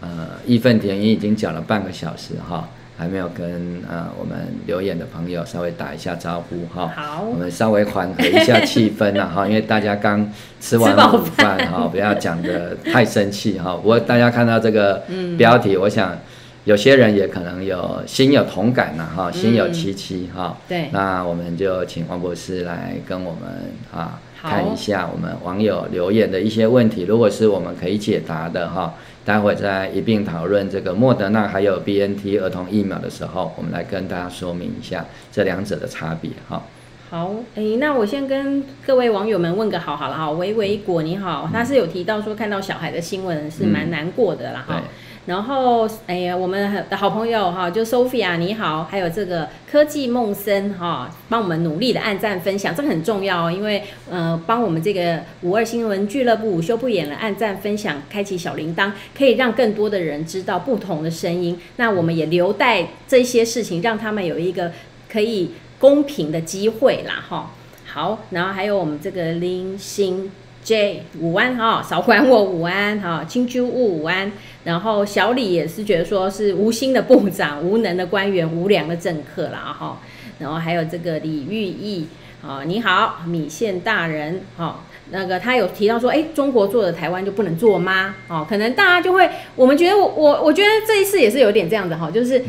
S2: 呃，义愤填膺已经讲了半个小时哈。还没有跟呃我们留言的朋友稍微打一下招呼哈，
S1: 好
S2: 我们稍微缓和一下气氛 了哈，因为大家刚吃完
S1: 吃饱
S2: 午饭哈，不要讲的太生气哈。不过大家看到这个
S1: 嗯
S2: 标题，我想有些人也可能有心有同感呐、哈，心有戚戚哈。
S1: 嗯对
S2: 那我们就请王博士来跟我们啊
S1: 好
S2: 看一下我们网友留言的一些问题，如果是我们可以解答的哈，待会再一并讨论这个莫德纳还有 B N T 儿童疫苗的时候，我们来跟大家说明一下这两者的差别哈。
S1: 好，诶，那我先跟各位网友们问个好好了哈。维维果你好，
S2: 嗯
S1: 他是有提到说看到小孩的新闻是蛮难过的啦哈。
S2: 对
S1: 然后，哎呀，我们的好朋友哈，就 Sophia 你好，还有这个科技梦森哈，帮我们努力的按赞分享，这个很重要哦，因为呃，帮我们这个五二新闻俱乐部午休不演了，按赞分享，开启小铃铛，可以让更多的人知道不同的声音。那我们也留待这些事情，让他们有一个可以公平的机会啦哈。好，然后还有我们这个林星 J 午安哈，少管我午安哈，青居物午安。然后小李也是觉得说是无心的部长、无能的官员、无良的政客啦哈。然后还有这个李玉义啊，你好，米线大人哈、那个他有提到说，哎，中国做的台湾就不能做吗？哦，可能大家就会，我们觉得我我我觉得这一次也是有点这样子哈，就是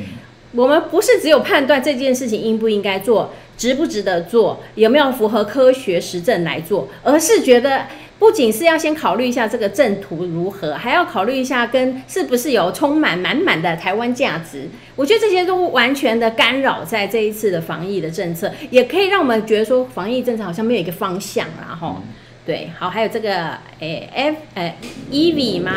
S1: 我们不是只有判断这件事情应不应该做，值不值得做，有没有符合科学实证来做，而是觉得不仅是要先考虑一下这个正途如何，还要考虑一下跟是不是有充满满满的台湾价值。我觉得这些都完全的干扰在这一次的防疫的政策，也可以让我们觉得说防疫政策好像没有一个方向啦，哈。对，好，还有这个诶 F 诶 Evie 吗？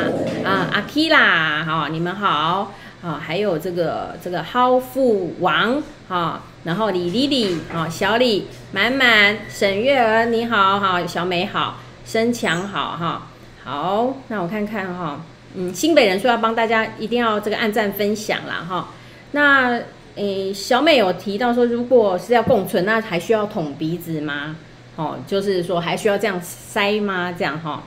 S1: 啊，Akira，哈、你们好，啊，还有这个这个蒿父王，哈、然后李丽丽，啊，小李满满，沈月儿你好，哈、小美好，身强好，哈、好，那我看看哈、嗯，新北人说要帮大家一定要这个按赞分享啦，哈、那诶，小美有提到说，如果是要共存，那还需要捅鼻子吗？哦，就是说还需要这样塞吗？这样哈、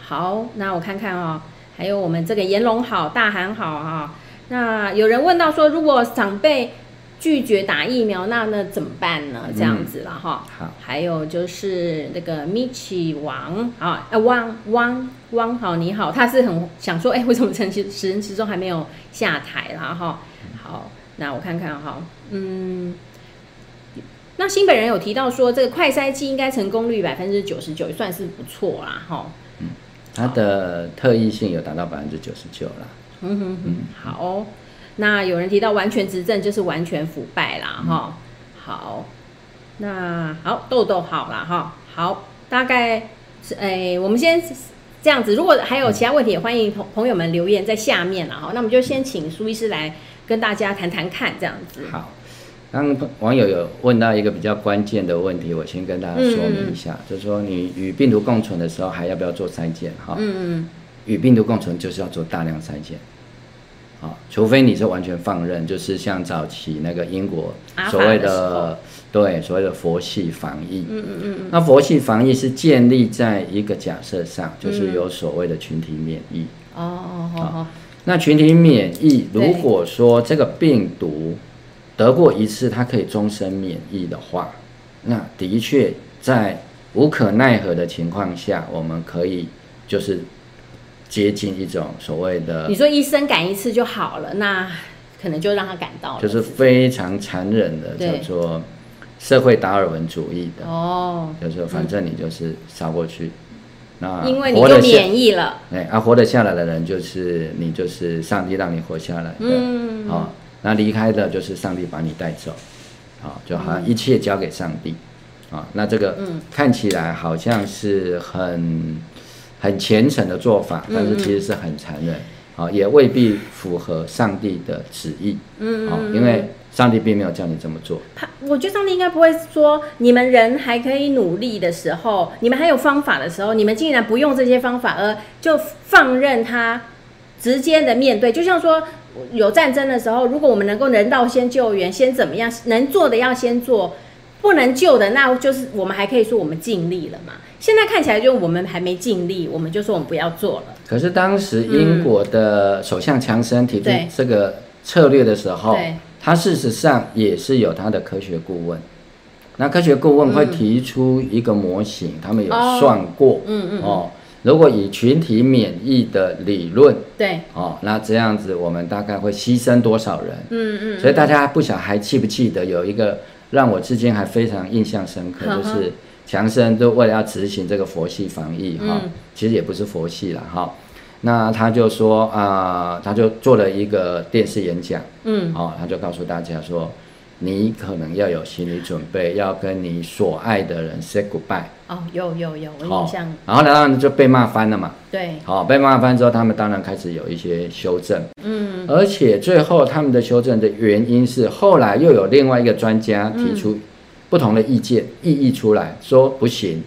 S1: 好，那我看看哦，还有我们这个炎龙好，大韩好啊、那有人问到说，如果长辈拒绝打疫苗，那那怎么办呢？这样子了哈、
S2: 好
S1: 还有就是那个米奇王啊，呃，汪汪汪好，你好，他是很想说，哎、为什么陈时时时钟还没有下台啦哈、好，那我看看哈、嗯。那新北人有提到说，这个快筛剂应该成功率百分之九十九，也算是不错啦，哈。
S2: 它的特异性有达到百分之九十九啦。
S1: 嗯哼哼，好哦、那有人提到完全执政就是完全腐败
S2: 嗯
S1: 啦，哈、好，那好豆豆好啦，哈，好，大概是诶、我们先这样子。如果还有其他问题，也欢迎朋朋友们留言在下面啦，哈。那我们就先请苏医师来跟大家谈谈看，这样子。
S2: 好，刚刚网友有问到一个比较关键的问题，我先跟大家说明一下，
S1: 嗯
S2: 就是说你与病毒共存的时候，还要不要做筛检？哈、
S1: 嗯，
S2: 与病毒共存就是要做大量筛检。好，除非你是完全放任，就是像早期那个英国
S1: 阿法
S2: 所谓
S1: 的时候
S2: 的对所谓的佛系防疫，嗯嗯嗯，那佛系防疫是建立在一个假设上，
S1: 嗯
S2: 就是有所谓的群体免疫，
S1: 哦哦哦哦，
S2: 那群体免疫，
S1: 对
S2: 如果说这个病毒得过一次，它可以终身免疫的话，那的确在无可奈何的情况下，我们可以就是接近一种所谓的
S1: 你，说医生赶一次就好了，那可能就让他赶到了，
S2: 就是非常残忍的叫
S1: 对
S2: 做社会达尔文主义的，
S1: 哦，
S2: 就是反正你就是杀过去，那
S1: 因为你
S2: 啊活
S1: 就
S2: 得下，
S1: 免疫了，
S2: 哎啊，活得下来的人就是你，就是上帝让你活下来的。
S1: 嗯，
S2: 哦，那离开的就是上帝把你带走，好、就好像一切交给上帝，啊、那这个
S1: 嗯
S2: 看起来好
S1: 嗯
S2: 像是很很虔诚的做法，但是其实是很残忍，啊、啊、也未必符合上帝的旨意
S1: 嗯
S2: 啊、因为上帝并没有叫你这么做。
S1: 他，我觉得上帝应该不会说，你们人还可以努力的时候，你们还有方法的时候，你们竟然不用这些方法，而就放任他直接的面对。就像说有战争的时候，如果我们能够人道先救援，先怎么样，能做的要先做，不能救的那就是我们还可以说我们尽力了嘛。 现在看起来就是我们还没尽力，我们就说我们不要做了。
S2: 可是当时英国的首相强森提出
S1: 嗯对
S2: 这个策略的时候
S1: 对，
S2: 他事实上也是有他的科学顾问。那科学顾问会提出一个模型，他们有
S1: 哦
S2: 算过，
S1: 嗯嗯
S2: 哦，如果以群体免疫的理论，
S1: 对，
S2: 哦，那这样子我们大概会牺牲多少人？
S1: 嗯嗯，
S2: 所以大家不晓得还记不记得有一个让我至今还非常印象深刻，
S1: 呵
S2: 就
S1: 呵
S2: 是强生就为了要执行这个佛系防疫哈、
S1: 嗯
S2: 其实也不是佛系啦哈、那他就说啊、他就做了一个电视演讲，
S1: 嗯
S2: 哦，他就告诉大家说，你可能要有心理准备，要跟你所爱的人 say goodbye，
S1: 哦，有有有，我
S2: 好
S1: 印象、
S2: 然后呢，当然就被骂翻了嘛，
S1: 对，
S2: 好、被骂翻之后，他们当然开始有一些修正，
S1: 嗯
S2: 而且最后他们的修正的原因是，后来又有另外一个专家提出不同的意见、异议出来，说不行，
S1: 嗯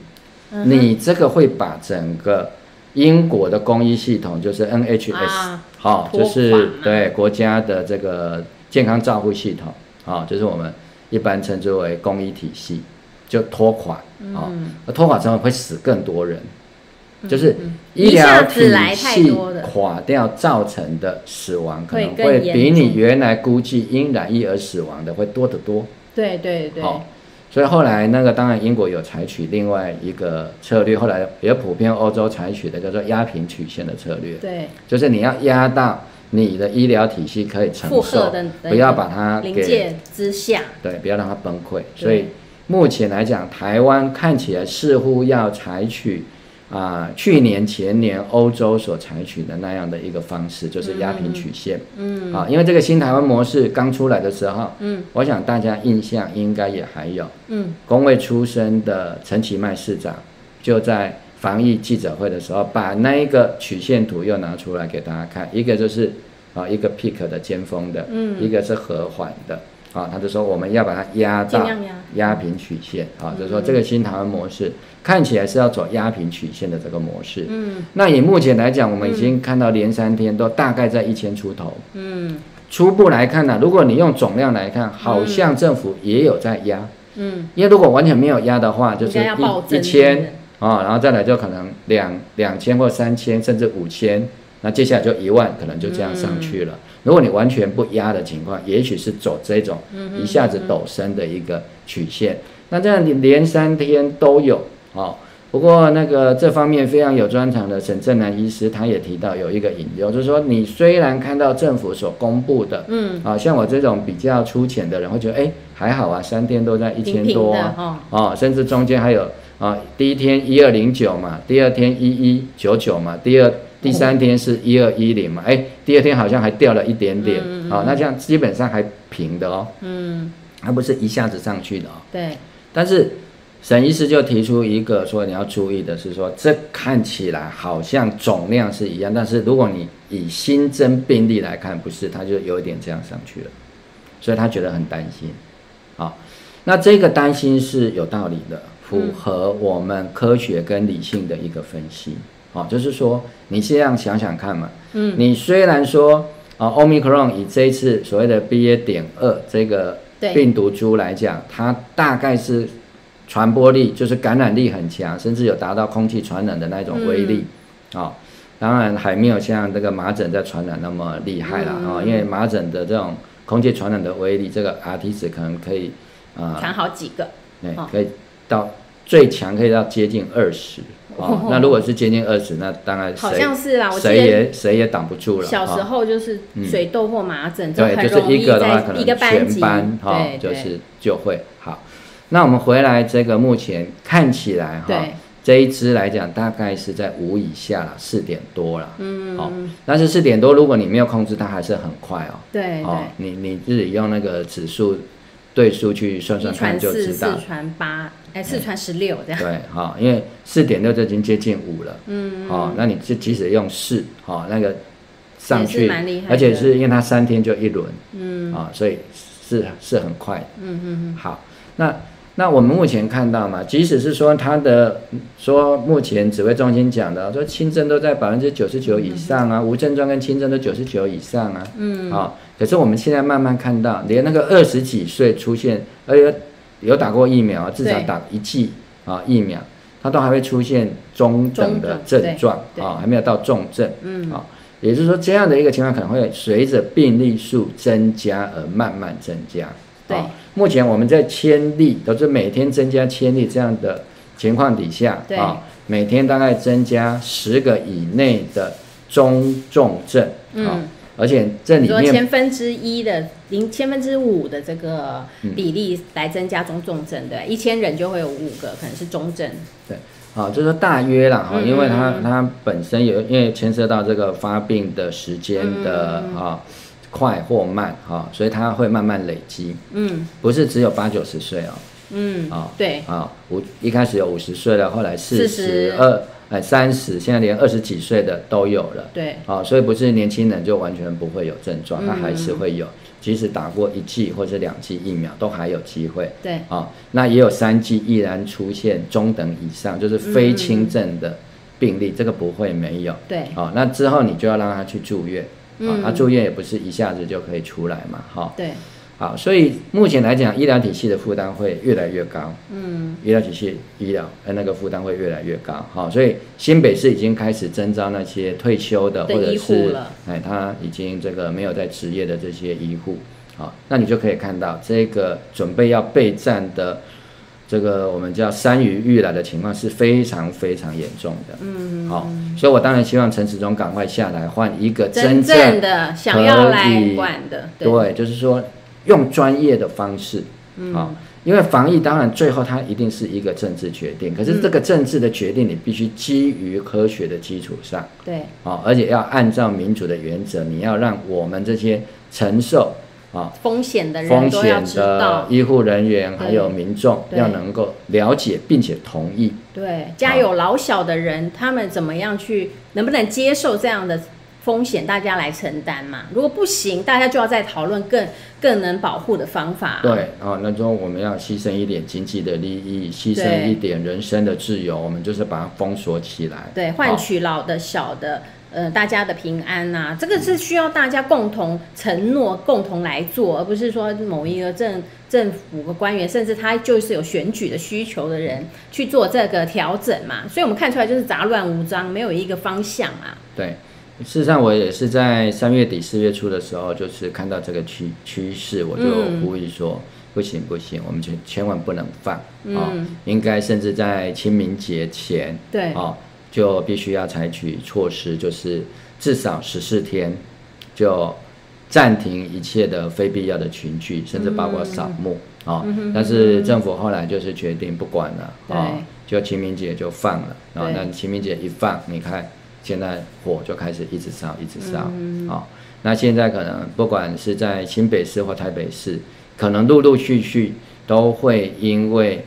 S1: 嗯哼
S2: 你这个会把整个英国的公医系统，就是 NHS，
S1: 啊
S2: 好、
S1: 拖
S2: 就
S1: 垮
S2: 是
S1: 嘛
S2: 对国家的这个健康照护系统，啊、就是我们一般称之为公医体系，就拖垮，啊、
S1: 嗯
S2: 那拖垮之后会死更多人。就是
S1: 嗯
S2: 医疗
S1: 一下
S2: 体
S1: 子来太
S2: 系
S1: 多了
S2: 垮掉造成的死亡，可能
S1: 会更
S2: 会
S1: 严
S2: 比你
S1: 重
S2: 原来估计因染疫而死亡的会多得多。
S1: 对对对，
S2: 好、所以后来那个当然英国有采取另外一个策略，后来也普遍欧洲采取的叫做压平曲线的策略，
S1: 对，
S2: 就是你要压到你的医疗体系可以承
S1: 负荷
S2: 受
S1: 的，
S2: 不要把它
S1: 临
S2: 给
S1: 界之下，
S2: 对，不要让它崩溃。
S1: 对
S2: 所以目前来讲，台湾看起来似乎要采取啊、去年前年欧洲所采取的那样的一个方式，就是压平曲线。嗯，啊，因为这个新台湾模式刚出来的时候，嗯，我想大家印象应该也还有，
S1: 嗯，
S2: 工会出身的陈其迈市长就在。防疫记者会的时候，把那一个曲线图又拿出来给大家看，一个就是啊、一个 peak 的尖峰的，嗯，一个是和缓的，啊，他就说我们要把它压
S1: 尽
S2: 到
S1: 量压嗯
S2: 压平曲线啊，就是说这个新台湾模式看起来是要走压平曲线的这个模式。嗯，那以目前来讲，我们已经看到连三天都大概在一千出头。嗯，初步来看啊呢、如果你用总量来看，好像政府也有在压。
S1: 嗯，
S2: 因为如果完全没有压的话，就是
S1: 应该要暴
S2: 一
S1: 增
S2: 一千啊、然后再来就可能两两千或三千，甚至五千。那接下来就一万，可能就这样上去
S1: 嗯
S2: 了。如果你完全不压的情况，也许是走这种
S1: 嗯
S2: 一下子陡升的一个曲线。那这样你连三天都有哦。不过那个这方面非常有专长的沈正南医师，他也提到有一个引流，就是说你虽然看到政府所公布的，嗯，啊，像我这种比较粗浅的人会觉得，哎，还好啊，三天都在一千
S1: 平平
S2: 多、
S1: 的
S2: 啊，
S1: 哈，
S2: 哦，甚至中间还有啊，第一天一二零九嘛，第二天一一九九嘛，第二第三天是一二一零嘛，哎，第二天好像还掉了一点点，啊、那这样基本上还平的哦，嗯，还不是一下子上去的哦。
S1: 对，
S2: 但是沈医师就提出一个说你要注意的是说，这看起来好像总量是一样，但是如果你以新增病例来看，不是，它就有一点这样上去了，所以他觉得很担心。好、那这个担心是有道理的，符合我们科学跟理性的一个分析。好、就是说你这样想想看嘛，嗯，你虽然说啊，Omicron 以这一次所谓的 BA. 点二这个
S1: 对
S2: 病毒株来讲，它大概是传播力就是感染力很强，甚至有达到空气传染的那种威力啊、哦当然还没有像这个麻疹在传染那么厉害啦啊、
S1: 嗯
S2: 哦因为麻疹的这种空气传染的威力，这个 R T 值可能可以啊、
S1: 藏好几个，
S2: 对
S1: 好，
S2: 可以到最强可以到接近二十哦
S1: 哦。
S2: 那如果是接近二十，那当然
S1: 好
S2: 呃谁
S1: 像是啦，我记
S2: 谁
S1: 得
S2: 也谁也挡不住了。
S1: 小时
S2: 哦
S1: 候就是水痘或麻疹，
S2: 对，
S1: 很
S2: 就是
S1: 容
S2: 一
S1: 易
S2: 个的话，可
S1: 在
S2: 能
S1: 一个班
S2: 全
S1: 级，
S2: 班哈、
S1: 对，
S2: 就
S1: 对
S2: 是就会好。那我们回来这个目前看起来哈、
S1: 对
S2: 这一支来讲大概是在五以下了，四点多了。嗯，好、但是四点多，如果你没有控制，它还是很快哦。
S1: 对
S2: 哦
S1: 对，，
S2: 你你自己用那个指数对数去算算
S1: 一传
S2: 看就
S1: 四，
S2: 知道
S1: 四。传八，哎，四传十六这样，
S2: 对，好、因
S1: 嗯
S2: 为四点六就已经接近五了，嗯，好、那你就即使用四，好、那个上
S1: 也是
S2: 去
S1: 蛮厉害，的
S2: 而且是因为它三天就一轮
S1: 嗯
S2: 啊，所以是是很快的。
S1: 嗯嗯
S2: 好，那那我们目前看到嘛，即使是说它的说目前指挥中心讲的说轻症都在百分之九十九以上啊，无症状跟轻症都九十九以上啊，嗯，好、可是我们现在慢慢看到，连那个二十几岁出现，而且有打过疫苗，至少
S1: 对
S2: 打一剂啊疫苗，它都还会出现中等的
S1: 中等
S2: 症状
S1: 对
S2: 啊，还没有到重症。
S1: 嗯
S2: 啊、也就是说，这样的一个情况可能会随着病例数增加而慢慢增加。
S1: 对
S2: 啊目前我们在千例，都是每天增加千例这样的情况底下，
S1: 对
S2: 啊、每天大概增加十个以内的中重症，
S1: 嗯
S2: 啊，而且这
S1: 嗯，
S2: 里
S1: 说
S2: 面
S1: 千分之一的零千分之五的这个
S2: 嗯
S1: 比例来增加中重症，对吧，一千人就会有五个可能是中症，
S2: 啊，就是说大约啦，哈、
S1: 嗯
S2: 因为
S1: 嗯
S2: 它
S1: 嗯
S2: 它本身有因为牵涉到这个发病的时间的
S1: 嗯
S2: 啊、快或慢哈、啊所以它会慢慢累积，
S1: 嗯
S2: 不是只有八九十岁哦。
S1: 嗯
S2: 啊，
S1: 对，
S2: 啊，五一开始有五十岁了，后来
S1: 40
S2: 四十二，哎三十，现在连二十几岁的都有了。
S1: 对，
S2: 啊，所以不是年轻人就完全不会有症状，他
S1: 嗯
S2: 还是会有，即使打过一剂或者两剂疫苗，都还有机会。
S1: 对，
S2: 啊，那也有三剂依然出现中等以上，就是
S1: 嗯
S2: 非轻症的病例，这个不会没有。
S1: 对，
S2: 啊，那之后你就要让他去住院。啊
S1: 嗯，
S2: 他住院也不是一下子就可以出来嘛，哈、
S1: 对，
S2: 好，所以目前来讲，医疗体系的负担会越来越高。嗯，医疗体系医疗呃那个负担会越来越高。好，所以新北市已经开始征召那些退休的
S1: 对
S2: 或者
S1: 医护
S2: 是
S1: 了
S2: 哎他已经这个没有在职业的这些医护。好，那你就可以看到这个准备要备战的这个我们叫山雨欲来的情况是非常非常严重的。嗯，好，所以我当然希望陈时中赶快下来换一个
S1: 真
S2: 正
S1: 正的想要
S2: 可
S1: 来
S2: 以
S1: 管的，对，
S2: 对，就是说用专业的方式，啊、
S1: 嗯
S2: 因为防疫当然最后它一定是一个政治决定，可是这个
S1: 嗯
S2: 政治的决定你必须基于科学的基础上，
S1: 对，
S2: 啊、而且要按照民主的原则，你要让我们这些承受啊、
S1: 风险的人
S2: 风
S1: 都要
S2: 险
S1: 知
S2: 的
S1: 道，
S2: 医护人员还有
S1: 对
S2: 民众
S1: 对
S2: 要能够了解并且同意，
S1: 对，家有老小的人，他们怎么样去，能不能接受这样的风险，大家来承担嘛？如果不行，大家就要再讨论更更能保护的方法。啊
S2: 对，哦，那说我们要牺牲一点经济的利益，牺牲
S1: 对
S2: 一点人身的自由，我们就是把它封锁起来，
S1: 对，换
S2: 啊
S1: 取老的小的。呃，大家的平安呐、这个是需要大家共同承诺、共同来做，而不是说某一个政政府的官员，甚至他就是有选举的需求的人去做这个调整嘛。所以我们看出来就是杂乱无章，没有一个方向嘛。
S2: 对，事实上我也是在三月底四月初的时候，就是看到这个趋趋势，我就
S1: 嗯
S2: 呼吁说，不行不行，我们千千万不能放啊、
S1: 嗯
S2: 应该甚至在清明节前
S1: 对，
S2: 啊、就必须要采取措施，就是至少十四天就暂停一切的非必要的群聚，甚至包括扫墓
S1: 嗯
S2: 啊、但是政府后来就是决定不管了啊、
S1: 对
S2: 就清明节就放了啊、
S1: 对
S2: 那清明节一放，你看现在火就开始一直烧，一直烧啊、
S1: 嗯
S2: 那现在可能不管是在新北市或台北市，可能陆陆续续都会因为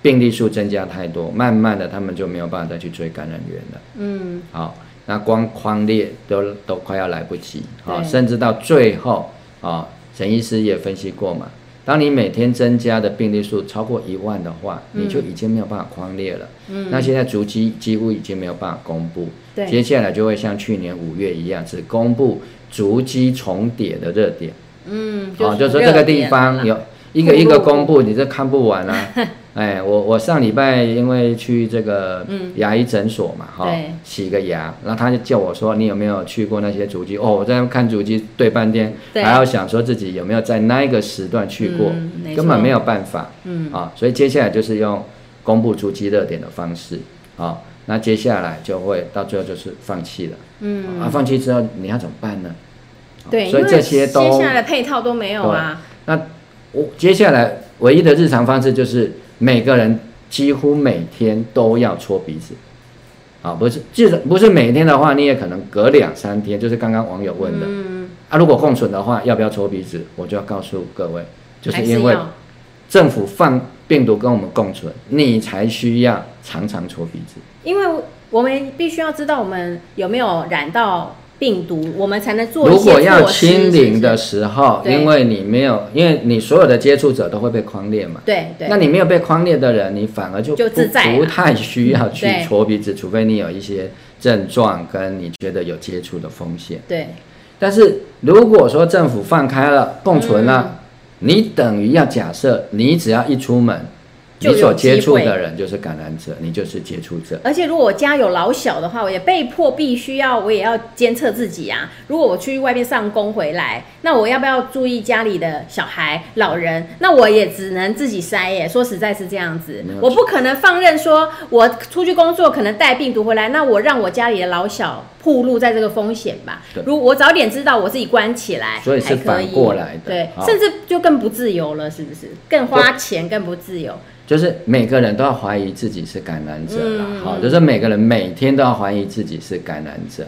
S2: 病例数增加太多，慢慢的他们就没有办法再去追感染源了。
S1: 嗯，
S2: 好、那光框列都都快要来不及，好、
S1: 对
S2: 甚至到最后啊，陈、医师也分析过嘛，当你每天增加的病例数超过一万的话，
S1: 嗯
S2: 你就已经没有办法框列了。嗯，那现在足迹几乎已经没有办法公布，
S1: 对
S2: 接下来就会像去年五月一样，只公布足迹重叠的热点。
S1: 嗯，
S2: 哦，
S1: 是
S2: 就说这
S1: 热
S2: 个地
S1: 点了
S2: 方
S1: 啦
S2: 有一个一
S1: 铺
S2: 个
S1: 路
S2: 公布，你这看不 完啊。哎，我我上礼拜因为去这个牙医诊所嘛，哈、
S1: 嗯对
S2: 洗个牙，然后他就叫我说你有没有去过那些足迹？哦，我在那看足迹对半天，
S1: 对
S2: 还要想说自己有没有在那一个时段去过，
S1: 嗯没
S2: 根本
S1: 错
S2: 没有办法。嗯啊，所以接下来就是用公布足迹热点的方式啊，那接下来就会到最后就是放弃了。嗯啊，放弃之后你要怎么办呢？啊
S1: 对，
S2: 所以
S1: 因为
S2: 这些都
S1: 接下来的配套都没有啊。
S2: 那我接下来唯一的日常方式就是每个人几乎每天都要搓鼻子，啊，不是，就是不是每天的话，你也可能隔两三天，就是刚刚网友问的，
S1: 嗯，
S2: 啊，如果共存的话，要不要搓鼻子？我就要告诉各位，就是
S1: 还
S2: 因为
S1: 要
S2: 政府放病毒跟我们共存，你才需要常常搓鼻子。
S1: 因为我们必须要知道我们有没有染到病毒，我们才能做一
S2: 如
S1: 些
S2: 果要
S1: 措施
S2: 清零的，
S1: 是
S2: 时候，
S1: 对
S2: 因为你没有，因为你所有的接触者都会被框列嘛
S1: 不是，对对，
S2: 那你没有被框列的人，你反而就
S1: 就
S2: 不
S1: 自在
S2: 不
S1: 了
S2: 太需要去
S1: 对
S2: 戳鼻子，除非你有一些症状跟你觉得有接触的风险。
S1: 对
S2: 但是如果说政府放开了共
S1: 嗯
S2: 存了，你等于要假设你只要一出门，
S1: 就
S2: 你
S1: 有
S2: 所接触
S1: 机会
S2: 的人就是感染者，你就是接触者。
S1: 而且如果我家有老小的话，我也被迫必须要，我也要监测自己啊。如果我去外面上工回来，那我要不要注意家里的小孩、老人？那我也只能自己筛耶。说实在是这样子
S2: 没有，
S1: 我不可能放任说我出去工作可能带病毒回来，那我让我家里的老小暴露在这个风险吧
S2: 对。
S1: 如我早点知道我自己关起来，
S2: 所以是
S1: 还可以
S2: 反过来的
S1: 对，
S2: 好
S1: 甚至就更不自由了，是不是？更花钱，更不自由。
S2: 就是每个人都要怀疑自己是感染者了
S1: 嗯，
S2: 好、就是每个人每天都要怀疑自己是感染者，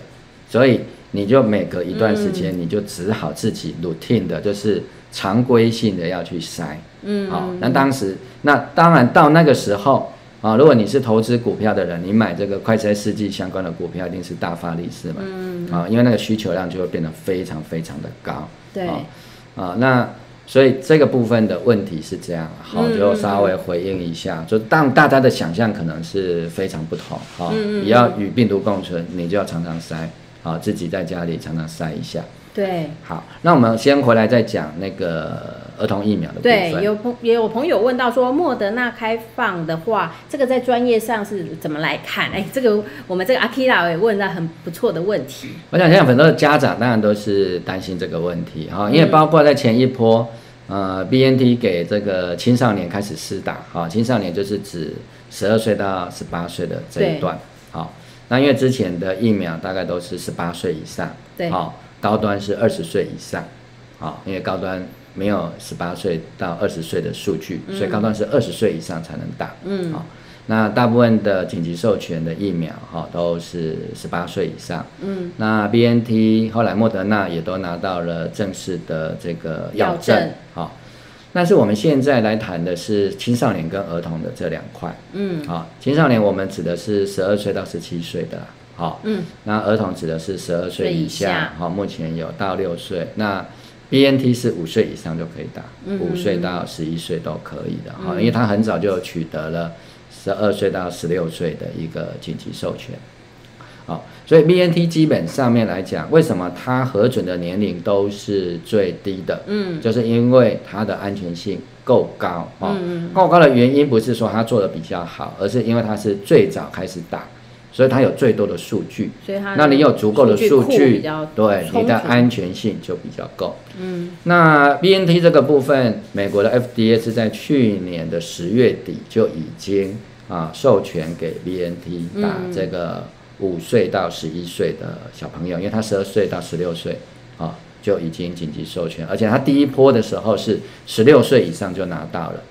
S2: 所以你就每隔一段时
S1: 嗯
S2: 间，你就只好自己 routine 的，就是常规性的要去筛，
S1: 嗯，
S2: 好、那当时那当然到那个时候啊、如果你是投资股票的人，你买这个快筛试剂相关的股票，一定是大发利市嘛，嗯，啊、因为那个需求量就会变得非常非常的高，
S1: 对
S2: 啊、啊那所以这个部分的问题是这样，啊好、
S1: 嗯
S2: 就稍微回应一下，就当大家的想象可能是非常不同，哈、
S1: 嗯嗯嗯
S2: 你要与病毒共存，你就要常常筛，好、自己在家里常常筛一下。
S1: 对。
S2: 好，那我们先回来再讲那个儿童疫苗的部分。
S1: 对，有朋也有朋友问到说，莫德纳开放的话，这个在专业上是怎么来看？哎，这个我们这个阿 k i r a 也问到很不错的问题。
S2: 我想现在很多的家长当然都是担心这个问题哈、因为包括在前一波，呃，BNT 给这个青少年开始施打哈、青少年就是指十二岁到十八岁的这一段，好、那因为之前的疫苗大概都是十八岁以上，
S1: 对
S2: 好、高端是二十岁以上，好、因为高端没有十八岁到二十岁的数据，所以高端是二十岁以上才能打，嗯，好、那大部分的紧急授权的疫苗哈、都是十八岁以上，嗯，那 B N T 后来莫德纳也都拿到了正式的这个药证
S1: 药证，
S2: 好、但是我们现在来谈的是青少年跟儿童的这两块，嗯，好、青少年我们指的是十二岁到十七岁的啦，好、
S1: 嗯，
S2: 那儿童指的是十二岁
S1: 岁
S2: 以
S1: 以下
S2: 下，好、目前有到六岁，那 B N T 是五岁以上就可以打，五、岁到十一岁都可以的，哈、因为他很早就取得了十二岁到十六岁的一个紧急授权，好、所以 B N T 基本上面来讲，为什么它核准的年龄都是最低的？嗯，就是因为它的安全性够高，哦，
S1: 嗯
S2: 够高的原因不是说它做的比较好，而是因为它是最早开始打，所以它有最多的数据，
S1: 所以他
S2: 那你有足够的数
S1: 数据库比
S2: 据
S1: 较，
S2: 对
S1: 充足
S2: 你的安全性就比较够。嗯，那 BNT 这个部分，美国的 FDA 是在去年的十月底就已经啊授权给 BNT 打这个五岁到十一岁的小朋友，因为他十二岁到十六岁啊就已经紧急授权，而且他第一波的时候是十六岁以上就拿到了，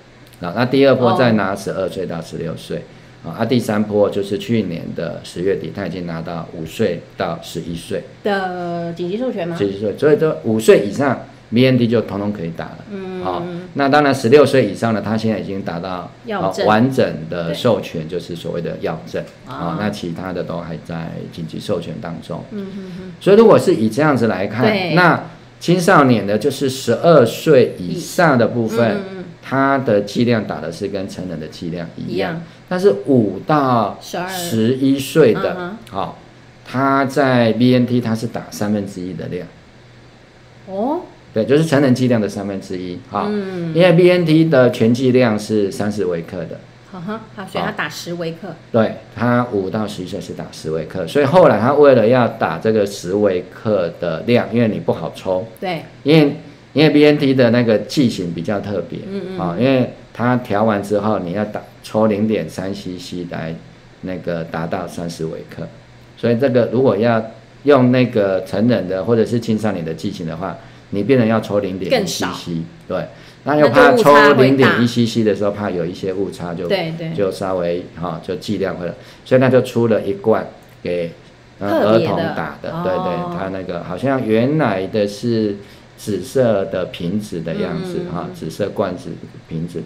S2: 啊，那第二波
S1: 哦
S2: 再拿十二岁到十六岁。啊，啊，第三波就是去年的十月底，他已经拿到五岁到十一岁，
S1: 的紧急授权吗？
S2: 十一岁，所以说五岁以上 BNT 就通通可以打了。嗯，好、那当然十六岁以上呢，他现在已经达到
S1: 药
S2: 啊
S1: 证
S2: 完整的
S1: 对
S2: 授权，就是所谓的药证。
S1: 啊
S2: 啊、那其他的都还在紧急授权当中。嗯嗯嗯。所以如果是以这样子来
S1: 对
S2: 看，那青少年的就是十二岁以上的部分，
S1: 嗯
S2: 它的剂量打的是跟成人的剂量
S1: 一
S2: 一样。
S1: 样
S2: 但是五到
S1: 12
S2: 十一岁的，
S1: 嗯
S2: 好、他在 BNT 他是打三分之一的量，
S1: 哦，
S2: 对，就是成人剂量的三分之一，好、因为 BNT 的全剂量是三十微克的，
S1: 好哈，好，所以他打十微克，
S2: 对他五到十一岁是打十微克，所以后来他为了要打这个十微克的量，因为你不好抽，
S1: 对，
S2: 因为因为 BNT 的那个剂型比较特别，嗯嗯，啊、因为它调完之后你要打抽零点三 CC 来那个达到三十微克，所以这个如果要用那个成人的或者是青少年的剂型的话，你变成要抽零点
S1: 更
S2: 一
S1: 少
S2: CC，对，那又
S1: 那
S2: 怕
S1: 就误
S2: 抽
S1: 差会
S2: 零点
S1: 大
S2: 一 CC 的时候怕有一些误差就
S1: 对对
S2: 就稍微哈、就剂量会了，所以那就出了一罐给。呃
S1: 特
S2: 儿
S1: 别的
S2: 童打的，对
S1: 哦
S2: 对，它那个好像原来的是紫色的瓶子的样子
S1: 嗯
S2: 哈、紫色罐子瓶子。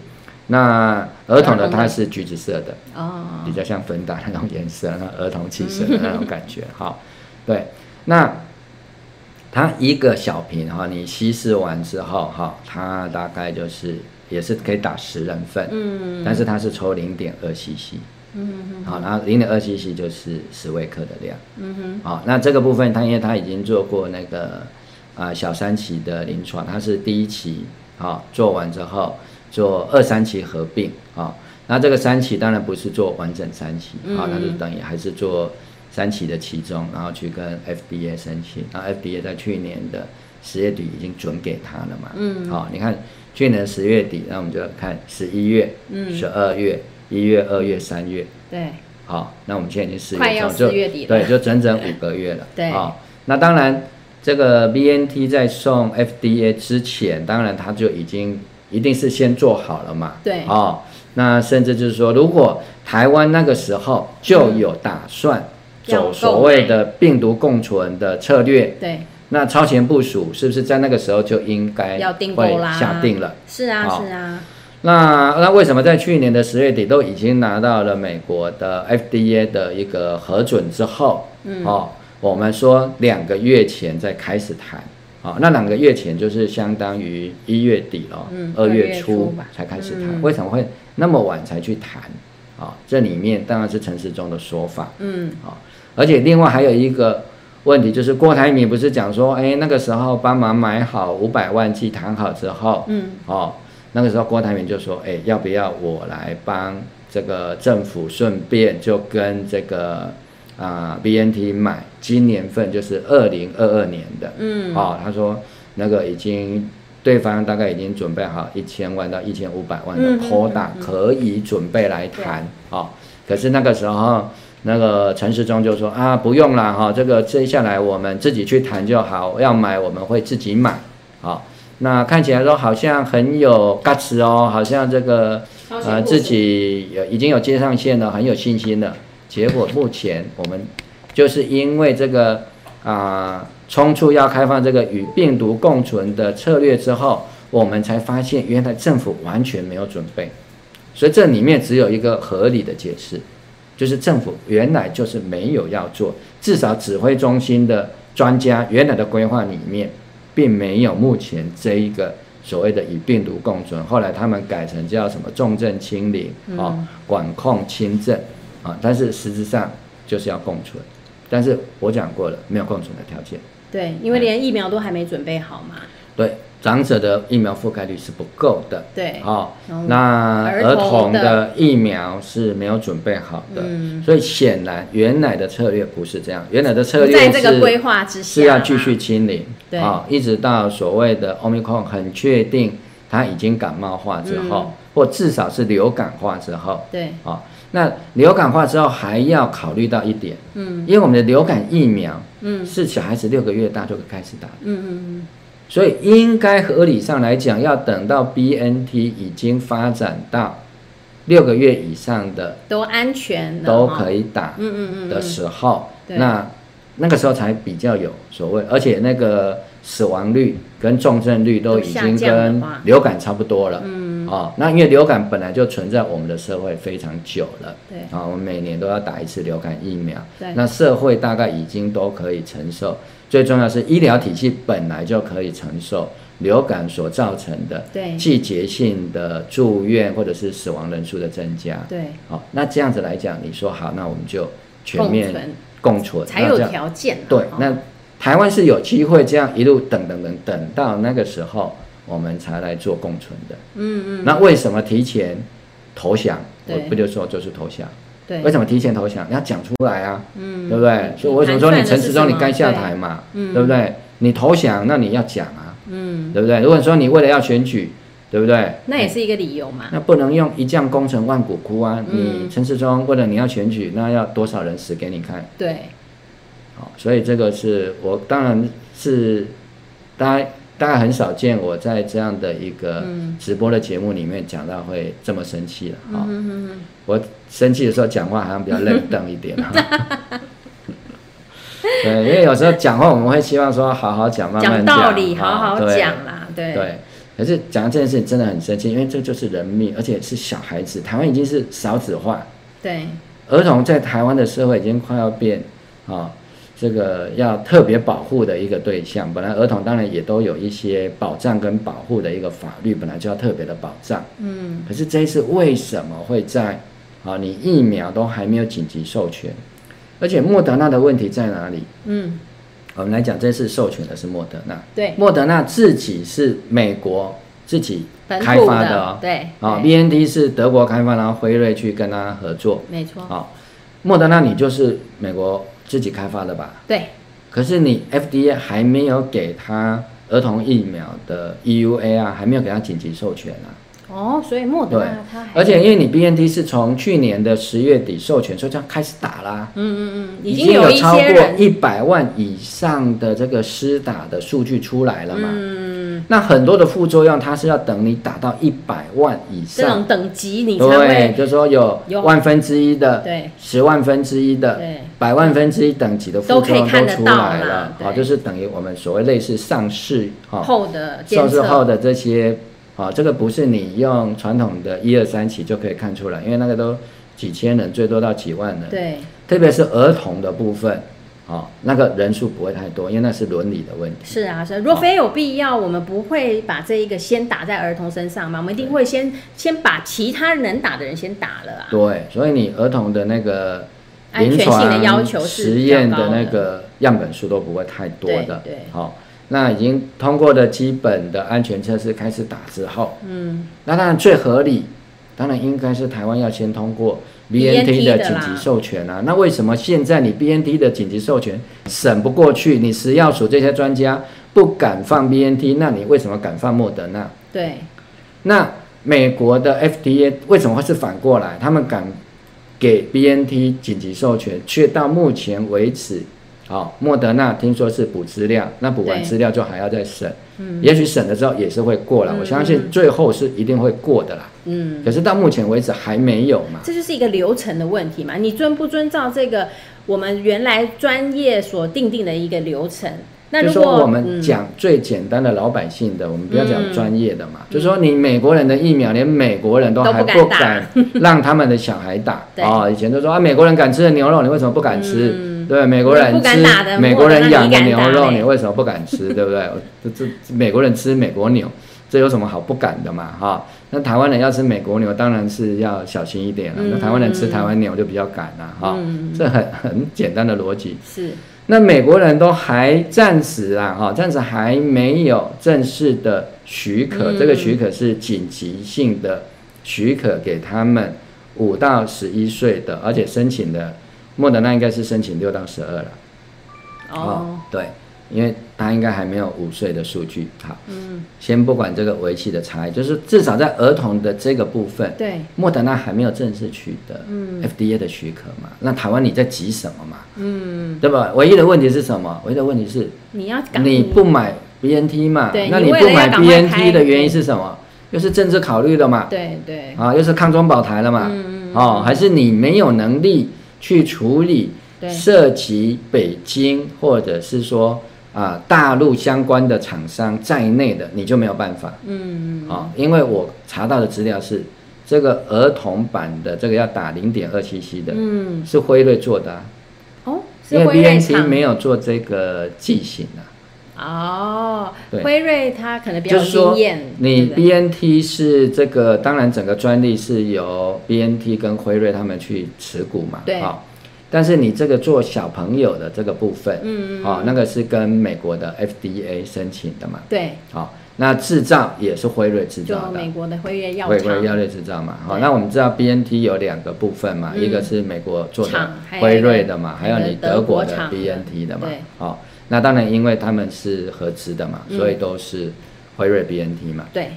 S2: 那儿童
S1: 儿
S2: 的
S1: 童的
S2: 它是橘子色的，
S1: 哦，
S2: 比 较像粉打那种颜色，那儿童汽水的那种感觉。好，对，那它一个小瓶哈，你稀释完之后哈，它大概就是也是可以打十人份，
S1: 嗯
S2: 但是它是抽零点二 CC，
S1: 嗯
S2: 好，然后零点二 CC 就是十微克的量，
S1: 嗯哼，
S2: 好，那这个部分它因为它已经做过那个啊、小三期的临床，它是第一期啊、做完之后做二三期合并啊、那这个三期当然不是做完整三期啊、那
S1: 嗯
S2: 就等于还是做三期的其中，然后去跟 FDA 申请，然后 FDA 在去年的十月底已经准给他了嘛，嗯，好、你看去年十月底，那我们就看十一月、
S1: 嗯
S2: 十二月、一月、二月、三月，
S1: 对，
S2: 好，那我们现在已经四
S1: 快
S2: 月
S1: 要
S2: 中，就
S1: 四月底了。
S2: 对，就整整五个月了
S1: 对
S2: 好，那当然，这个 BNT 在送 FDA 之前，当然它就已经一定是先做好了嘛。
S1: 对
S2: 哦，那甚至就是说，如果台湾那个时候就有打算
S1: 嗯要购
S2: 走
S1: 买
S2: 所谓的病毒共存的策略，
S1: 对，
S2: 那超前部署是不是在那个时候就应该
S1: 要订购
S2: 哎会
S1: 啦
S2: 下定了？
S1: 是啊，
S2: 好
S1: 是啊，
S2: 那那为什么在去年的十月底都已经拿到了美国的 FDA 的一个核准之后，嗯，哦，我们说两个月前再开始谈，哦，那两个月前就是相当于一月底了，
S1: 嗯
S2: 二
S1: 二月
S2: 月
S1: 初
S2: 初
S1: 吧
S2: 才开始谈，
S1: 嗯
S2: 为什么会那么晚才去谈？啊、这里面当然是陈时中的说法，
S1: 嗯，
S2: 啊、而且另外还有一个问题就是郭台铭不是讲说，哎，那个时候帮忙买好五百万剂谈好之后，
S1: 嗯，
S2: 哦，那个时候郭台铭就说，哎，要不要我来帮这个政府顺便就跟这个啊、BNT 买今年份就是二零二二年的，
S1: 嗯，
S2: 哦，他说那个已经。对方大概已经准备好一千万到一千五百万的
S1: 嗯嗯
S2: quota，、可以准备来谈哦。可是那个时候，那个陈世忠就说啊，不用啦，哈、这个接下来我们自己去谈就好，要买我们会自己买，好、那看起来说好像很有 guts 哦，好像这个
S1: 超前
S2: 呃
S1: 部署
S2: 自己有已经有接上线了，很有信心了。结果目前我们就是因为这个啊、冲出要开放这个与病毒共存的策略之后，我们才发现原来政府完全没有准备，所以这里面只有一个合理的解释，就是政府原来就是没有要做，至少指挥中心的专家原来的规划里面，并没有目前这一个所谓的与病毒共存，后来他们改成叫什么重症清零啊、哦管控轻症啊、但是实质上就是要共存，但是我讲过了，没有共存的条件，
S1: 对，因为连疫苗都还没准备好嘛，
S2: 对长者的疫苗覆盖率是不够的，
S1: 对，
S2: 哦
S1: 然后，
S2: 那
S1: 儿
S2: 儿
S1: 童
S2: 童
S1: 的
S2: 的疫苗是没有准备好的，
S1: 嗯
S2: 所以显然原来的策略不是这样，原来的策
S1: 不
S2: 略
S1: 在
S2: 是
S1: 这个规划之下
S2: 是要继续
S1: 嘛，
S2: 清零，
S1: 对
S2: 啊、一直到所谓的 Omicron 很确定它已经感冒化之后，或至少是流感化之后，
S1: 嗯对，
S2: 啊、那流感化之后还要考虑到一点，
S1: 嗯，
S2: 因为我们的流感疫苗，
S1: 嗯，
S2: 是小孩子六个月大就开始打的
S1: 嗯嗯
S2: 所以应该合理上来讲，要等到 BNT 已经发展到六个月以上的
S1: 嗯，都安全的，
S2: 都可
S1: 以，
S2: 以打
S1: 嗯嗯嗯
S2: 的时候，
S1: 对
S2: 那那个时候才比较有所谓，而且那个死亡率跟重症率都已经
S1: 都下降
S2: 跟
S1: 的话
S2: 流感差不多了。嗯，哦，那因为流感本来就存在我们的社会非常久了，
S1: 对
S2: 啊、我们每年都要打一次流感疫苗，
S1: 对
S2: 那社会大概已经都可以承受。最重要是医疗体系本来就可以承受流感所造成的
S1: 对
S2: 季节性的住院或者是死亡人数的增加，
S1: 对，
S2: 好、那这样子来讲，你说好，那我们就全
S1: 共存
S2: 面共存，
S1: 才
S2: 那
S1: 有
S2: 这样
S1: 条件啊，
S2: 对
S1: 哦。
S2: 那台湾是有机会这样一路等等等等到那个时候，我们才来做共存的。
S1: 嗯嗯，
S2: 那为什么提前投降？我
S1: 对
S2: 不就说就是投降？
S1: 对，
S2: 为什么提前投降？你要讲出来啊，
S1: 嗯，
S2: 对不对？所以我为什么说你陈时中你该下台嘛，
S1: 嗯
S2: 对不对？你投降，那你要讲啊，
S1: 嗯，啊
S2: 对不对？如果说你为了要选举，对不对？
S1: 那也是一个理由嘛。
S2: 那不能用一将功成万骨枯啊！
S1: 嗯
S2: 你陈世忠为了你要选举，那要多少人死给你看？
S1: 对，
S2: 好、哦所以这个是我当然是大家大家很少见我在这样的一个
S1: 嗯
S2: 直播的节目里面讲到会这么生气了哈、我生气的时候讲话好像比较冷淡 一点哈。啊对，因为有时候讲话我们会希望说好好讲，慢
S1: 讲
S2: 慢
S1: 道理，好
S2: 哈
S1: 好
S2: 对
S1: 讲啦。对，
S2: 对，可是讲到这件事情真的很生气，因为这就是人命，而且是小孩子。台湾已经是少子化，
S1: 对，
S2: 儿童在台湾的社会已经快要变啊、这个要特别保护的一个对象。本来儿童当然也都有一些保障跟保护的一个法律，本来就要特别的保障。
S1: 嗯，
S2: 可是这一次为什么会在啊你疫苗都还没有紧急授权，而且莫德纳的问题在哪里？
S1: 嗯，
S2: 我们来讲，这次授权的是莫德纳，
S1: 对，
S2: 莫德纳自己是美国自己
S1: 本
S2: 开
S1: 土
S2: 发的哦，
S1: 对，
S2: 啊
S1: 对
S2: ，B N T 是德国开发，然后辉瑞去跟他合作，
S1: 没错，
S2: 啊，莫德纳你就是美国自己开发的吧？
S1: 对，
S2: 可是你 F D A 还没有给他儿童疫苗的 E U A 啊，还没有给他紧急授权啊。
S1: 哦，所以莫德纳它还，
S2: 而且因为你 B N T 是从去年的十月底授权，所以这样开始打啦。
S1: 嗯嗯嗯，
S2: 呃已
S1: 经
S2: 经有
S1: 一
S2: 超
S1: 些
S2: 过
S1: 人，
S2: 一百万以上的这个施打的数据出来了嘛？
S1: 嗯，
S2: 那很多的副作用，它是要等你打到一百万以
S1: 这
S2: 上，
S1: 种等级你才
S2: 对，
S1: 会，
S2: 就说有
S1: 有
S2: 万分之一的、
S1: 对
S2: 十万分之一的、
S1: 对，
S2: 百万分之一等级的副作用
S1: 都可以看
S2: 都
S1: 得
S2: 出
S1: 到
S2: 来
S1: 啦
S2: 了，
S1: 对
S2: 好、就是等于我们所谓类似上市哈、
S1: 后的监
S2: 上市后
S1: 测，
S2: 的这些，啊、这个不是你用传统的一二三期就可以看出来，因为那个都几千人，最多到几万人。
S1: 对，
S2: 特别是儿童的部分，哦，那个人数不会太多，因为那是伦理的问题。
S1: 是啊，是啊。如果非有必要，我们不会把这一个先打在儿童身上嘛，我们一定会先先把其他能打的人先打了啊。
S2: 对，所以你儿童的那个
S1: 安全
S2: 临
S1: 性
S2: 床
S1: 的要求是
S2: 实
S1: 比较
S2: 验
S1: 高
S2: 的
S1: 的
S2: 那个样本数都不会太多的。
S1: 对对
S2: 好、那已经通过的基本的安全测试开始打之后，
S1: 嗯，
S2: 那当然最合理，当然应该是台湾要先通过
S1: BNT
S2: BNT 的
S1: 的
S2: 紧
S1: 啦
S2: 急授权啊。那为什么现在你 BNT 的紧急授权审不过去？你食药署这些专家不敢放 BNT，那你为什么敢放莫德纳？
S1: 对，
S2: 那美国的 FDA 为什么会是反过来？他们敢给 BNT 紧急授权，却到目前为止，哦，莫德纳听说是补资料，那补完
S1: 对
S2: 资料就还要再审，
S1: 嗯
S2: 也许审了之后也是会过了，我相信最后是一定会过的啦。
S1: 嗯，
S2: 可是到目前为止还没有嘛，
S1: 这就是一个流程的问题嘛，你遵不遵照这个我们原来专业所定定的一个流程？那
S2: 就
S1: 如
S2: 说
S1: 果
S2: 我们
S1: 嗯
S2: 讲最简单的老百姓的，我们不要讲
S1: 嗯
S2: 专业的嘛，就说你美国人的疫苗，连美国人都
S1: 都
S2: 还
S1: 不敢
S2: 不 敢让他们的小孩打
S1: 对
S2: 哦，以前都说啊，美国人敢吃的牛肉，你为什么不敢吃？
S1: 嗯
S2: 对，美国
S1: 你
S2: 人
S1: 不敢
S2: 吃
S1: 打的
S2: 美国人养的牛
S1: 我敢打
S2: 肉，
S1: 嘞
S2: 你为什么不敢吃？对不对？这这这美国人吃美国牛，这有什么好不敢的嘛？哈、那台湾人要吃美国牛，当然是要小心一点了。那台湾人
S1: 嗯
S2: 吃台湾牛就比较敢了、哈、这很很简单的逻辑。
S1: 是
S2: 那美国人都还暂时啊，哈，暂时还没有正式的许可，
S1: 嗯
S2: 这个许可是紧急性的许可给他们五到十一岁的，而且申请的莫德纳应该是申请六到十二了，
S1: 哦，
S2: 对，因为他应该还没有五岁的数据，好，
S1: 嗯，
S2: 先不管这个围棋的差异，就是至少在儿童的这个部分，
S1: 对，
S2: 莫德纳还没有正式取得 FDA 的许可嘛，那台湾你在急什么嘛？
S1: 嗯，
S2: 对吧？唯一的问题是什么？唯一的问题是
S1: 你要赶
S2: 你不买 BNT 嘛？
S1: 对
S2: 那
S1: 你
S2: 你
S1: 为了
S2: 不
S1: 要
S2: 买
S1: 赶快开
S2: BNT 的原因是什么？又是政治考虑的嘛？
S1: 对对嗯
S2: 啊，又是抗中保台了嘛？哦，还是你没有能力去处理
S1: 对
S2: 涉及北京或者是说啊大陆相关的厂商在内的，你就没有办法。
S1: 嗯，
S2: 啊、因为我查到的资料是，这个儿童版的这个要打零点二七 c 的，
S1: 嗯，
S2: 是辉瑞做的、啊，
S1: 哦，
S2: 因
S1: 是
S2: 为
S1: 辉瑞
S2: BNT
S1: 厂
S2: 没有做这个剂型啊。
S1: 哦，
S2: 对
S1: 辉瑞它可能比较
S2: 就
S1: 有
S2: 是说
S1: 经验，，对
S2: 你
S1: 不对
S2: BNT 是这个，当然整个专利是由 BNT 跟辉瑞他们去持股嘛，
S1: 对
S2: 好但是你这个做小朋友的这个部分，嗯哦，那个是跟美国的 FDA 申请的嘛，
S1: 对，
S2: 好、那制造也是辉瑞制
S1: 就
S2: 造的，啊
S1: 美国的辉瑞药
S2: 辉
S1: 厂
S2: 瑞药类制造嘛，好、
S1: 对
S2: 那我们知道 BNT 有两个部分嘛，
S1: 嗯
S2: 一个是美国做的
S1: 厂还有
S2: 辉瑞的嘛，还有
S1: 那
S2: 你
S1: 个德
S2: 德
S1: 国
S2: 国的
S1: 厂的
S2: BNT 的嘛
S1: 对，
S2: 好、那当然因为他们是合资的嘛，
S1: 嗯
S2: 所以都是辉瑞 BNT 嘛，
S1: 对，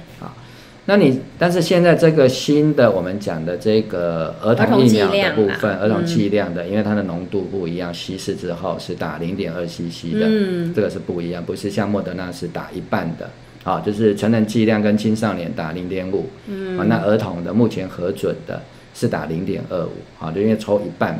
S2: 那你但是现在这个新的我们讲的这个儿
S1: 儿童
S2: 童疫苗
S1: 剂量
S2: 的
S1: 啊
S2: 部分，儿童
S1: 嗯
S2: 剂量的，因为它的浓度不一样，稀释之后是打零点二 CC 的，
S1: 嗯，
S2: 这个是不一样，不是像莫德纳是打一半的，啊，就是成人剂量跟青少年打零点五，
S1: 嗯
S2: 啊，那儿
S1: 嗯
S2: 童的目前核准的是打零点二五，啊，就因为抽一半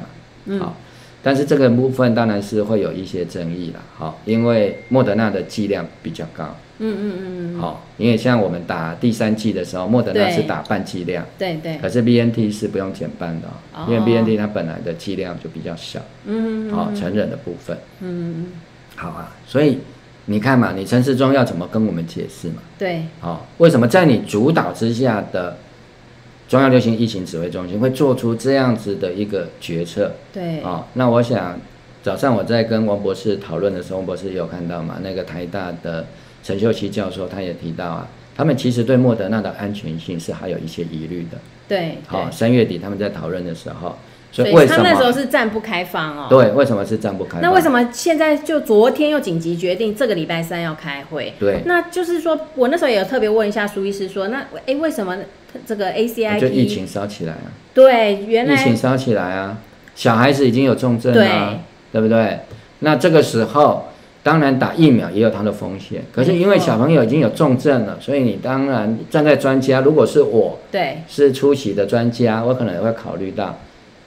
S2: 嘛，啊，但是这个部分当然是会有一些争议啦，好、因为莫德纳的剂量比较高，
S1: 嗯嗯嗯，
S2: 好、因为像我们打第三剂的时候，莫德纳
S1: 对
S2: 是打半剂量，
S1: 对对，
S2: 可是 B N T 是不用减半的、哦
S1: 哎哦，
S2: 因为 B N T 它本来的剂量就比较小，
S1: 嗯
S2: 好、成人的部分，
S1: 嗯，
S2: 好啊，所以你看嘛，你陈世忠要怎么跟我们解释嘛？
S1: 对，
S2: 好、为什么在你主导之下的中央流行疫情指挥中心会做出这样子的一个决策？
S1: 对，
S2: 哦，那我想早上我在跟王博士讨论的时候，王博士有看到嘛？那个台大的陈秀熙教授他也提到啊，他们其实对莫德纳的安全性是还有一些疑虑的。
S1: 对，
S2: 好、
S1: 对，
S2: 三月底他们在讨论的时候，所
S1: 所
S2: 以为
S1: 以
S2: 什
S1: 他们那时候
S2: 么？
S1: 是暂不开放哦。。
S2: 对，为什么是站不开？
S1: 那为什？么现在就昨天又紧急决定这个礼拜三要开会？
S2: 对
S1: 那就是说我那时候也有特别问一下苏医师说，那哎为什么这个
S2: 啊就疫
S1: ACIP
S2: 情烧起来啊，
S1: 对原
S2: 疫情
S1: 来
S2: 烧起来啊，小孩子已经有重症啦、
S1: 对
S2: 对不对？那这个时候，当然打疫苗也有它的风险，可是因为
S1: 没错
S2: 小朋友已经有重症了，所以你当然站在专家，如果是我，
S1: 对
S2: 是出席的专家，我可能也会考虑到，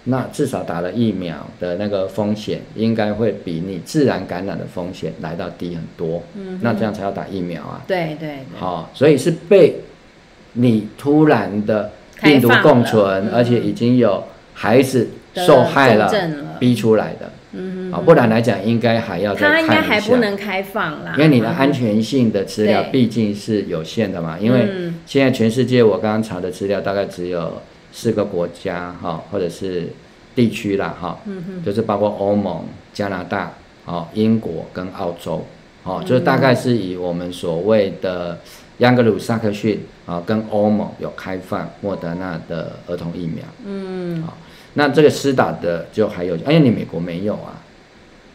S2: 那至少打了疫苗的那个风险，应该会比你自然感染的风险来到低很多。嗯，那这样才要打疫苗啊。
S1: 对对
S2: 好、所以是被你突然的病毒
S1: 开放
S2: 共
S1: 了
S2: 存，而且已经有孩子
S1: 得
S2: 受
S1: 了
S2: 害
S1: 重
S2: 了，
S1: 症了
S2: 逼出来的。嗯啊、不然来讲应该还要
S1: 对，
S2: 再
S1: 他
S2: 看一
S1: 应
S2: 下。
S1: 该还不能开放啦，嗯
S2: 因为你的安全性的资料
S1: 对
S2: 毕竟是有限的嘛，因为
S1: 嗯
S2: 现在全世界我刚刚查的资料大概只有四个国家哈，或者是地区啦哈，
S1: 嗯
S2: 就是包括欧盟、加拿大、哦英国跟澳洲，
S1: 嗯
S2: 哦，就是大概是以我们所谓的央格鲁萨克逊啊跟欧盟有开放莫德纳的儿童疫苗，嗯，好，那这个施打的就还有，哎，你美国没有啊？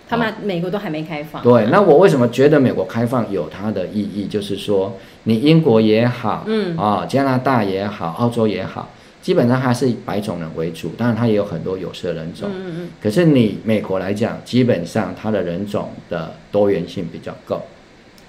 S1: 他们美国都还没开放，
S2: 对，那我为什么觉得美国开放有它的意义？就是说，你英国也好，嗯啊、加拿大也好，澳洲也好，基本上它是以白种人为主，当然它也有很多有色人种。嗯嗯。可是你美国来讲，基本上它的人种的多元性比较够，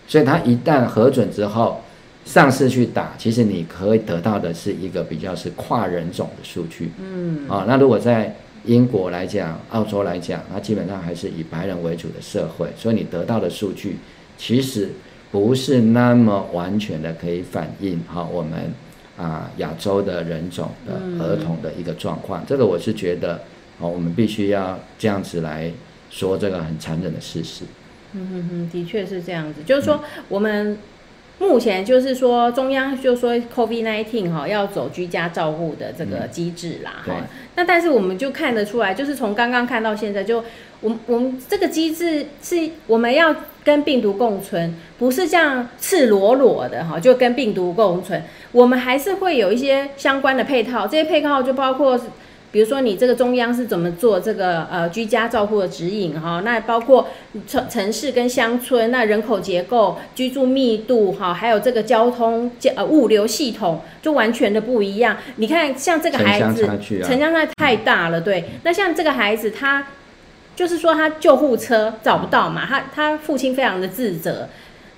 S2: 所以它一旦核准之后。上市去打，其实你可以得到的是一个比较是跨人种的数据。嗯，啊、那如果在英国来讲、澳洲来讲，它基本上还是以白人为主的社会，所以你得到的数据其实不是那么完全的可以反映哈、我们啊亚洲的人种的儿童的一个状况。这个我是觉得哦，我们必须要这样子来说这个很残忍的事实。
S1: 嗯哼哼，的确是这样子，就是说我们目前就是说中央就说 COVID nineteen 哈要走居家照护的这个机制啦
S2: 对
S1: 哈、那但是我们就看得出来，就是从刚刚看到现在就。我们我们这个机制是我们要跟病毒共存，不是这样赤裸裸的哈，就跟病毒共存。我们还是会有一些相关的配套，这些配套就包括，比如说你这个中央是怎么做这个呃居家照护的指引哈，那包括城城市跟乡村，那人口结构、居住密度哈，还有这个交通交呃物流系统就完全的不一样。你看像这个
S2: 城
S1: 孩
S2: 乡
S1: 子
S2: 差距啊嗯
S1: 城乡差太大了，对。那像这个孩子他。就是说他救护车找不到嘛，他他父亲非常的自责。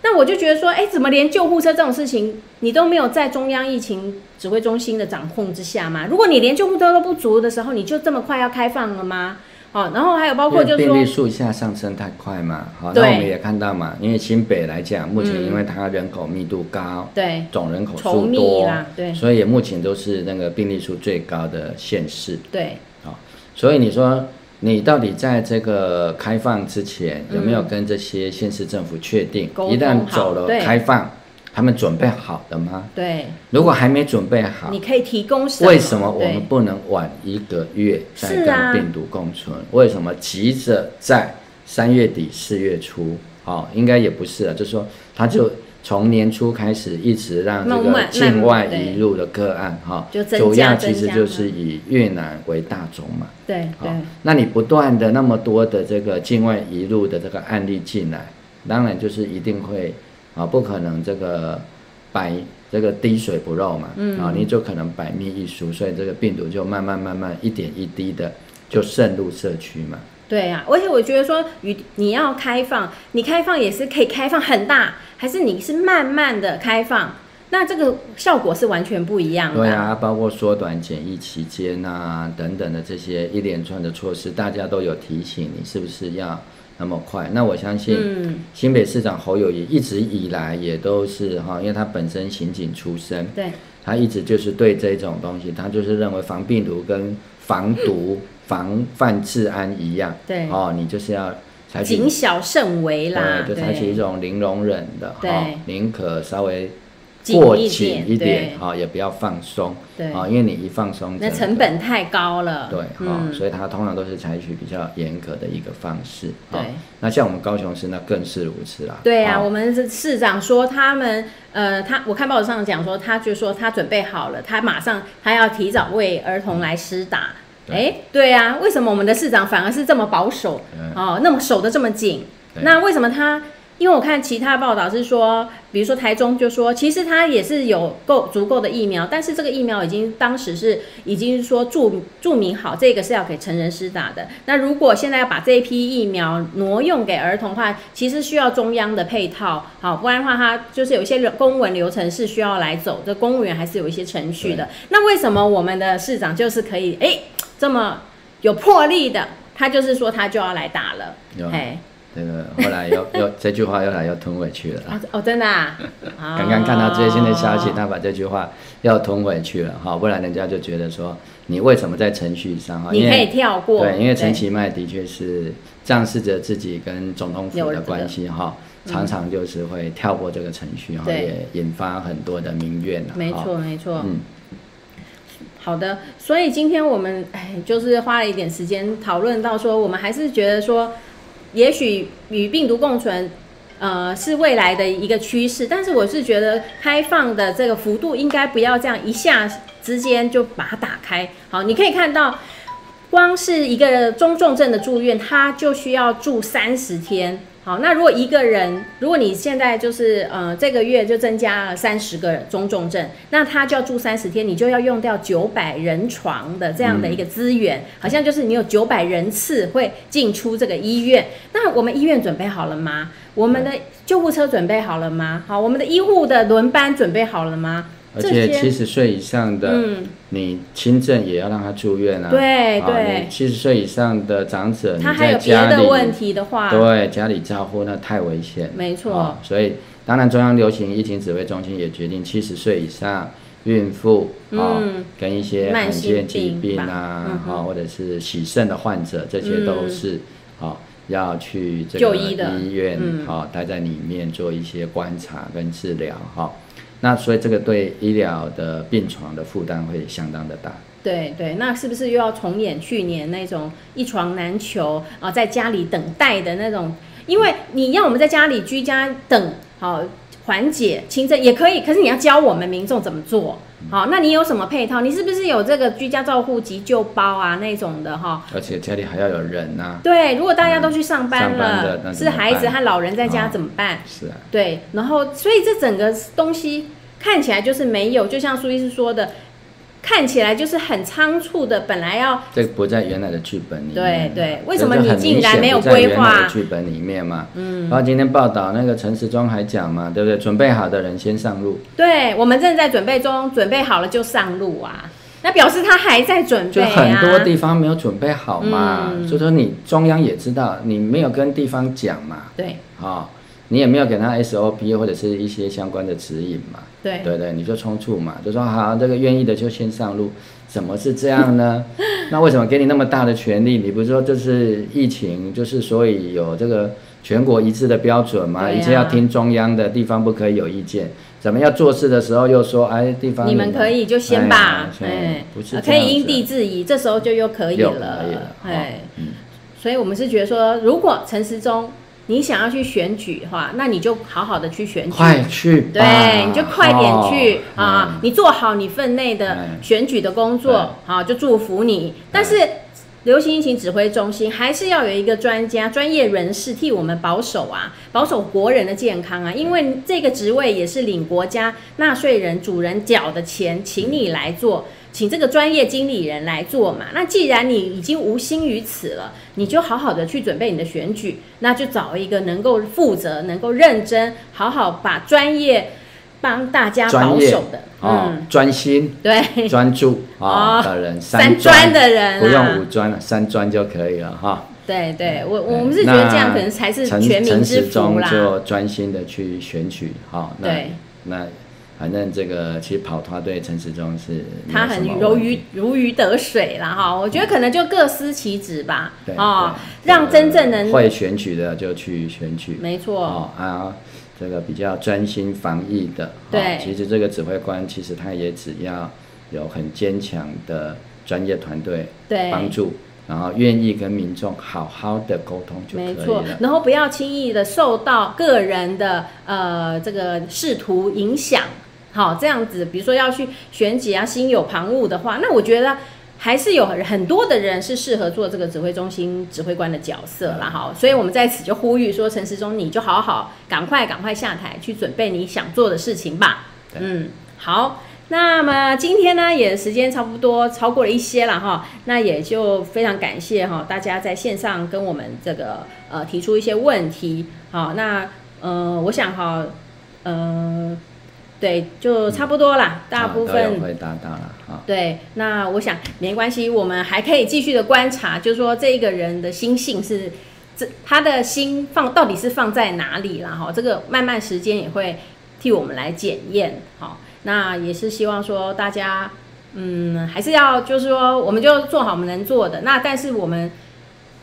S1: 那我就觉得说，哎，怎么连救护车这种事情你都没有在中央疫情指挥中心的掌控之下吗？如果你连救护车都不足的时候，你就这么快要开放了吗？哦，然后还有包括
S2: 因为
S1: 就是
S2: 病例
S1: 说，
S2: 数下上升太快嘛，好，那
S1: 对嗯
S2: 我们也看到嘛，因为新北来讲，目前因为它人口密度高，
S1: 对
S2: 总人口
S1: 稠
S2: 数
S1: 密
S2: 多
S1: 啦，对
S2: 所以目前都是那个病例数最高的县市
S1: 对
S2: 啊、所以你说你到底在这个开放之前有没有跟这些县市政府确定，
S1: 嗯沟通
S2: 一旦走了
S1: 好对
S2: 开放，他们准备好了吗？
S1: 对，
S2: 如果还没准备好
S1: 你，可以提供什么？
S2: 为什么我们
S1: 对
S2: 不能晚一个月再
S1: 是啊
S2: 跟病毒共存？为什么急着在三月底四月初？哦，应该也不是啊，就是说他就从年初开始一直让这
S1: 慢
S2: 个
S1: 慢
S2: 境外
S1: 慢慢
S2: 移入的个案哈，
S1: 就增加
S2: 主要其实
S1: 增加
S2: 就是以越南为大宗嘛。
S1: 对
S2: 好、
S1: 对
S2: 那你不断的那么多的这个境外移入的这个案例进来，当然就是一定会啊，不可能这个百这个滴水不漏嘛，嗯，啊，你就可能百密一疏，所以这个病毒就慢慢慢慢一点一滴的就渗入社区嘛，
S1: 对啊！而且我觉得说，与你要开放，你开放也是可以开放很大，还是你是慢慢的开放？那这个效果是完全不一样的。
S2: 对啊，包括缩短检疫期间啊等等的这些一连串的措施，大家都有提醒你是不是要那么快。那我相信
S1: 嗯，
S2: 新北市长侯友宜一直以来也都是哈，因为他本身刑警出身，
S1: 对，
S2: 他一直就是对这种东西，他就是认为防病毒跟防 毒、防范治安一样，
S1: 对
S2: 哦，你就是要采取
S1: 谨小慎微啦，
S2: 对，就采取一种零容忍的
S1: 对
S2: 哈，宁可稍微
S1: 紧
S2: 过
S1: 一
S2: 紧
S1: 点
S2: 一点
S1: 对
S2: 哈，也不要放松，
S1: 对
S2: 啊，因为你一放松，
S1: 那
S2: 整
S1: 成
S2: 个
S1: 本太高了。
S2: 对哈，
S1: 嗯，
S2: 所以它通常都是采取比较严格的一个方式。
S1: 对
S2: 哈那像我们高雄市那更是如此啦。
S1: 对啊，
S2: 哈
S1: 我们是市长说他们，呃，他我看报纸上讲说，他就说他准备好了，他马上他要提早为儿童来施打。
S2: 嗯对
S1: 哎，对啊，为什么我们的市长反而是这么保守
S2: 嗯
S1: 哦，那么守得这么紧？
S2: 对
S1: 那为什么他？因为我看其他报道是说，比如说台中就说，其实他也是有够足够的疫苗，但是这个疫苗已经当时是已经说注注明好，这个是要给成人施打的。那如果现在要把这一批疫苗挪用给儿童的话，其实需要中央的配套，好，不然的话，它就是有一些流公文流程是需要来走，这公务员还是有一些程序的。那为什么我们的市长就是可以哎这么有魄力的，他就是说他就要来打了
S2: 有，
S1: 哎。
S2: 这个后来又 又这句话又来又吞回去了啦。
S1: 啊哦，真的 啊！
S2: 刚刚看到最新的消息
S1: 哦，
S2: 他把这句话又吞回去了哈，不然人家就觉得说你为什么在程序上哈？
S1: 你
S2: 因
S1: 可
S2: 为
S1: 以跳过。
S2: 对，因为陈其迈的确是仗势着自己跟总统
S1: 有
S2: 府
S1: 了
S2: 的
S1: 这
S2: 关
S1: 个
S2: 系哈，常常就是会跳过这个程序哈，
S1: 嗯对
S2: 也引发很多的民怨了。
S1: 没
S2: 哈
S1: 错，没错。
S2: 嗯，
S1: 好的，所以今天我们哎，就是花了一点时间讨论到说，我们还是觉得说，也许与病毒共存，呃，是未来的一个趋势。但是我是觉得开放的这个幅度应该不要这样一下之间就把它打开。好，你可以看到，光是一个中重症的住院，他就需要住三十天。好，那如果一个人，如果你现在就是呃这个月就增加了三十个中重症，那他就要住三十天，你就要用掉九百人床的这样的一个资源，好像就是你有九百人次会进出这个医院。那我们医院准备好了吗？我们的救护车准备好了吗？好，我们的医护的轮班准备好了吗？
S2: 而
S1: 这
S2: 且
S1: 些
S2: 七十岁以上的，
S1: 嗯，
S2: 你轻症也要让他住院啊。
S1: 对
S2: 啊
S1: 对
S2: 你七十岁以上的长者，你
S1: 他还
S2: 在
S1: 有别
S2: 家
S1: 的
S2: 里，
S1: 问题的话，
S2: 对家里照顾那太危险了。
S1: 没错，
S2: 哦所以当然，中央流行疫情指挥中心也决定，七十岁以上孕妇啊、哦
S1: 嗯
S2: 跟一些
S1: 慢
S2: 罕
S1: 性
S2: 见疾
S1: 病
S2: 病
S1: 吧
S2: 啊
S1: 嗯，
S2: 哈、
S1: 哼
S2: 或者是洗肾的患者，这些都是啊、哦要去这
S1: 嗯就
S2: 个
S1: 医的
S2: 医院
S1: 嗯
S2: 啊、哦待在里面做一些观察跟治疗哈、那所以这个对医疗的病床的负担会相当的大。
S1: 对对，那是不是又要重演去年那种一床难求啊，在家里等待的那种？因为你要我们在家里居家等，好、缓解轻症也可以，可是你要教我们民众怎么做。
S2: 嗯
S1: 好，那你有什么配套？你是不是有这个居家照护急救包啊那种的哈？
S2: 而且家里还要有人啊呐、
S1: 对，如果大家都去上班
S2: 上班的
S1: 了，
S2: 那怎
S1: 是
S2: 么
S1: 孩子
S2: 办
S1: 和老人在家
S2: 啊
S1: 怎么办？
S2: 是啊，
S1: 对，然后所以这整个东西看起来就是没有，就像苏医师说的，看起来就是很仓促的，本来要
S2: 这不在原来的剧本里面
S1: 对
S2: 嘛。
S1: 对
S2: 这
S1: 为什么
S2: 就很
S1: 你竟
S2: 明
S1: 然
S2: 显
S1: 没有
S2: 不在
S1: 规
S2: 原来
S1: 划
S2: 的剧本里面嘛，嗯。然后今天报道那个陈时中还讲嘛，对不对？准备好的人先上路，
S1: 对，我们正在准备中，准备好了就上路啊。那表示他还在准备
S2: 就
S1: 啊，
S2: 很多地方没有准备好嘛。
S1: 嗯
S2: 所以说你中央也知道，你没有跟地方讲嘛，
S1: 对
S2: 哦，你也没有给他 SOP 或者是一些相关的指引嘛。
S1: 对
S2: 对对，你就冲促嘛，就说好，这个愿意的就先上路，怎么是这样呢？ 那为什么给你那么大的权利？你不是说这是疫情，就是所以有这个全国一致的标准嘛，
S1: 对啊
S2: 一切要听中央的，地方不可以有意见。怎么要做事的时候又说，哎，地方
S1: 你们可以就先吧，
S2: 哎
S1: 哎
S2: 不是、
S1: 可以因地制宜，这时候就又可以
S2: 又
S1: 了
S2: 可以了，
S1: 哎
S2: 哦，嗯
S1: 所以我们是觉得说，如果陈时中你想要去选举的话，那你就好好的去选举，啊
S2: 快去吧，
S1: 对，你就快点去、
S2: 哦
S1: 啊！
S2: 嗯
S1: 你做好你分内的
S2: 嗯
S1: 选举的工作，
S2: 哎
S1: 好，就祝福你。但是流行疫情指挥中心还是要有一个专家、专业人士替我们保守啊，保守国人的健康
S2: 哎
S1: 啊，因为这个职位也是领国家纳税人主人缴的钱，请你来做。请这个专业经理人来做嘛。那既然你已经无心于此了，你就好好的去准备你的选举，那就找一个能够负责、能够认真、好好把专业帮大家
S2: 专
S1: 保
S2: 业
S1: 守的，
S2: 哦
S1: 嗯，，
S2: 专心
S1: 对，
S2: 专注啊
S1: 哦
S2: 的人，
S1: 三专的人啊
S2: 不用五专了，三专就可以了哈。
S1: 对对，我
S2: 对
S1: 我们是觉得这样
S2: 那
S1: 可能才是
S2: 陈
S1: 全民
S2: 陈
S1: 之
S2: 时
S1: 福
S2: 中
S1: 啦。
S2: 就专心的去选举，好，那
S1: 对
S2: 那反正这个其实跑团对陈时中是没有
S1: 他
S2: 什么
S1: 很
S2: 问
S1: 如
S2: 题
S1: 鱼如鱼得水啦哈，我觉得可能就各司其职吧
S2: 对，
S1: 哦，
S2: 对
S1: 让真正能
S2: 呃会选举的就去选举，
S1: 没错，
S2: 哦啊，这个比较专心防疫的，哦
S1: 对
S2: 其实这个指挥官其实他也只要有很坚强的专业团队
S1: 对，
S2: 帮助，然后愿意跟民众好好的沟通就
S1: 没
S2: 可以
S1: 错
S2: 了，。
S1: 然后不要轻易的受到个人的呃这个仕途影响。好，这样子，比如说要去选举啊，心有旁骛的话，那我觉得还是有很很多的人是适合做这个指挥中心指挥官的角色
S2: 嗯
S1: 啦。哈，所以我们在此就呼吁说，陈时中，你就好好赶快赶快下台，去准备你想做的事情吧。
S2: 对
S1: 嗯，好。那么今天呢，也时间差不多超过了一些了哈，那也就非常感谢哈大家在线上跟我们这个呃提出一些问题，好，那呃我想哈，呃对，就差不多啦，大部
S2: 啊都
S1: 分
S2: 有回答到了啊。
S1: 对，那我想没关系，我们还可以继续的观察，就是说这个人的心性是，这他的心放到底是放在哪里啦？哈，这个慢慢时间也会替我们来检验。好，那也是希望说大家，嗯，还是要就是说，我们就做好我们能做的。那但是我们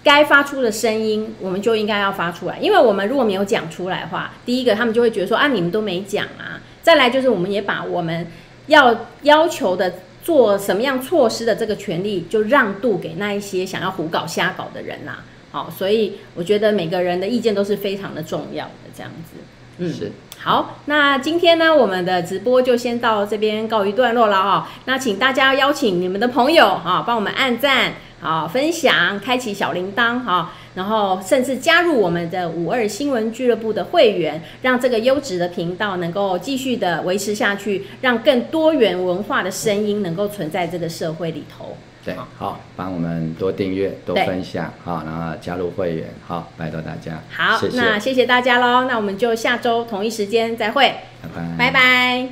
S1: 该发出的声音，我们就应该要发出来，因为我们如果没有讲出来的话，第一个他们就会觉得说啊，你们都没讲啊。再来就是我们也把我们要要求的做什么样措施的这个权利，就让渡给那一些想要胡搞瞎搞的人啦、好，所以我觉得每个人的意见都是非常的重要的，这样子。嗯，
S2: 是。
S1: 好，那今天呢，我们的直播就先到这边告一段落了哦。那请大家邀请你们的朋友啊，帮我们按赞、啊分享、开启小铃铛啊，然后甚至加入我们的五二新闻俱乐部的会员，让这个优质的频道能够继续的维持下去，让更多元文化的声音能够存在这个社会里头。
S2: 对，好，帮我们多订阅、多
S1: 对
S2: 分享，好，然后加入会员，好，拜托大家。
S1: 好，
S2: 谢谢，
S1: 那谢谢大家喽，那我们就下周同一时间再会，
S2: 拜拜，
S1: 拜拜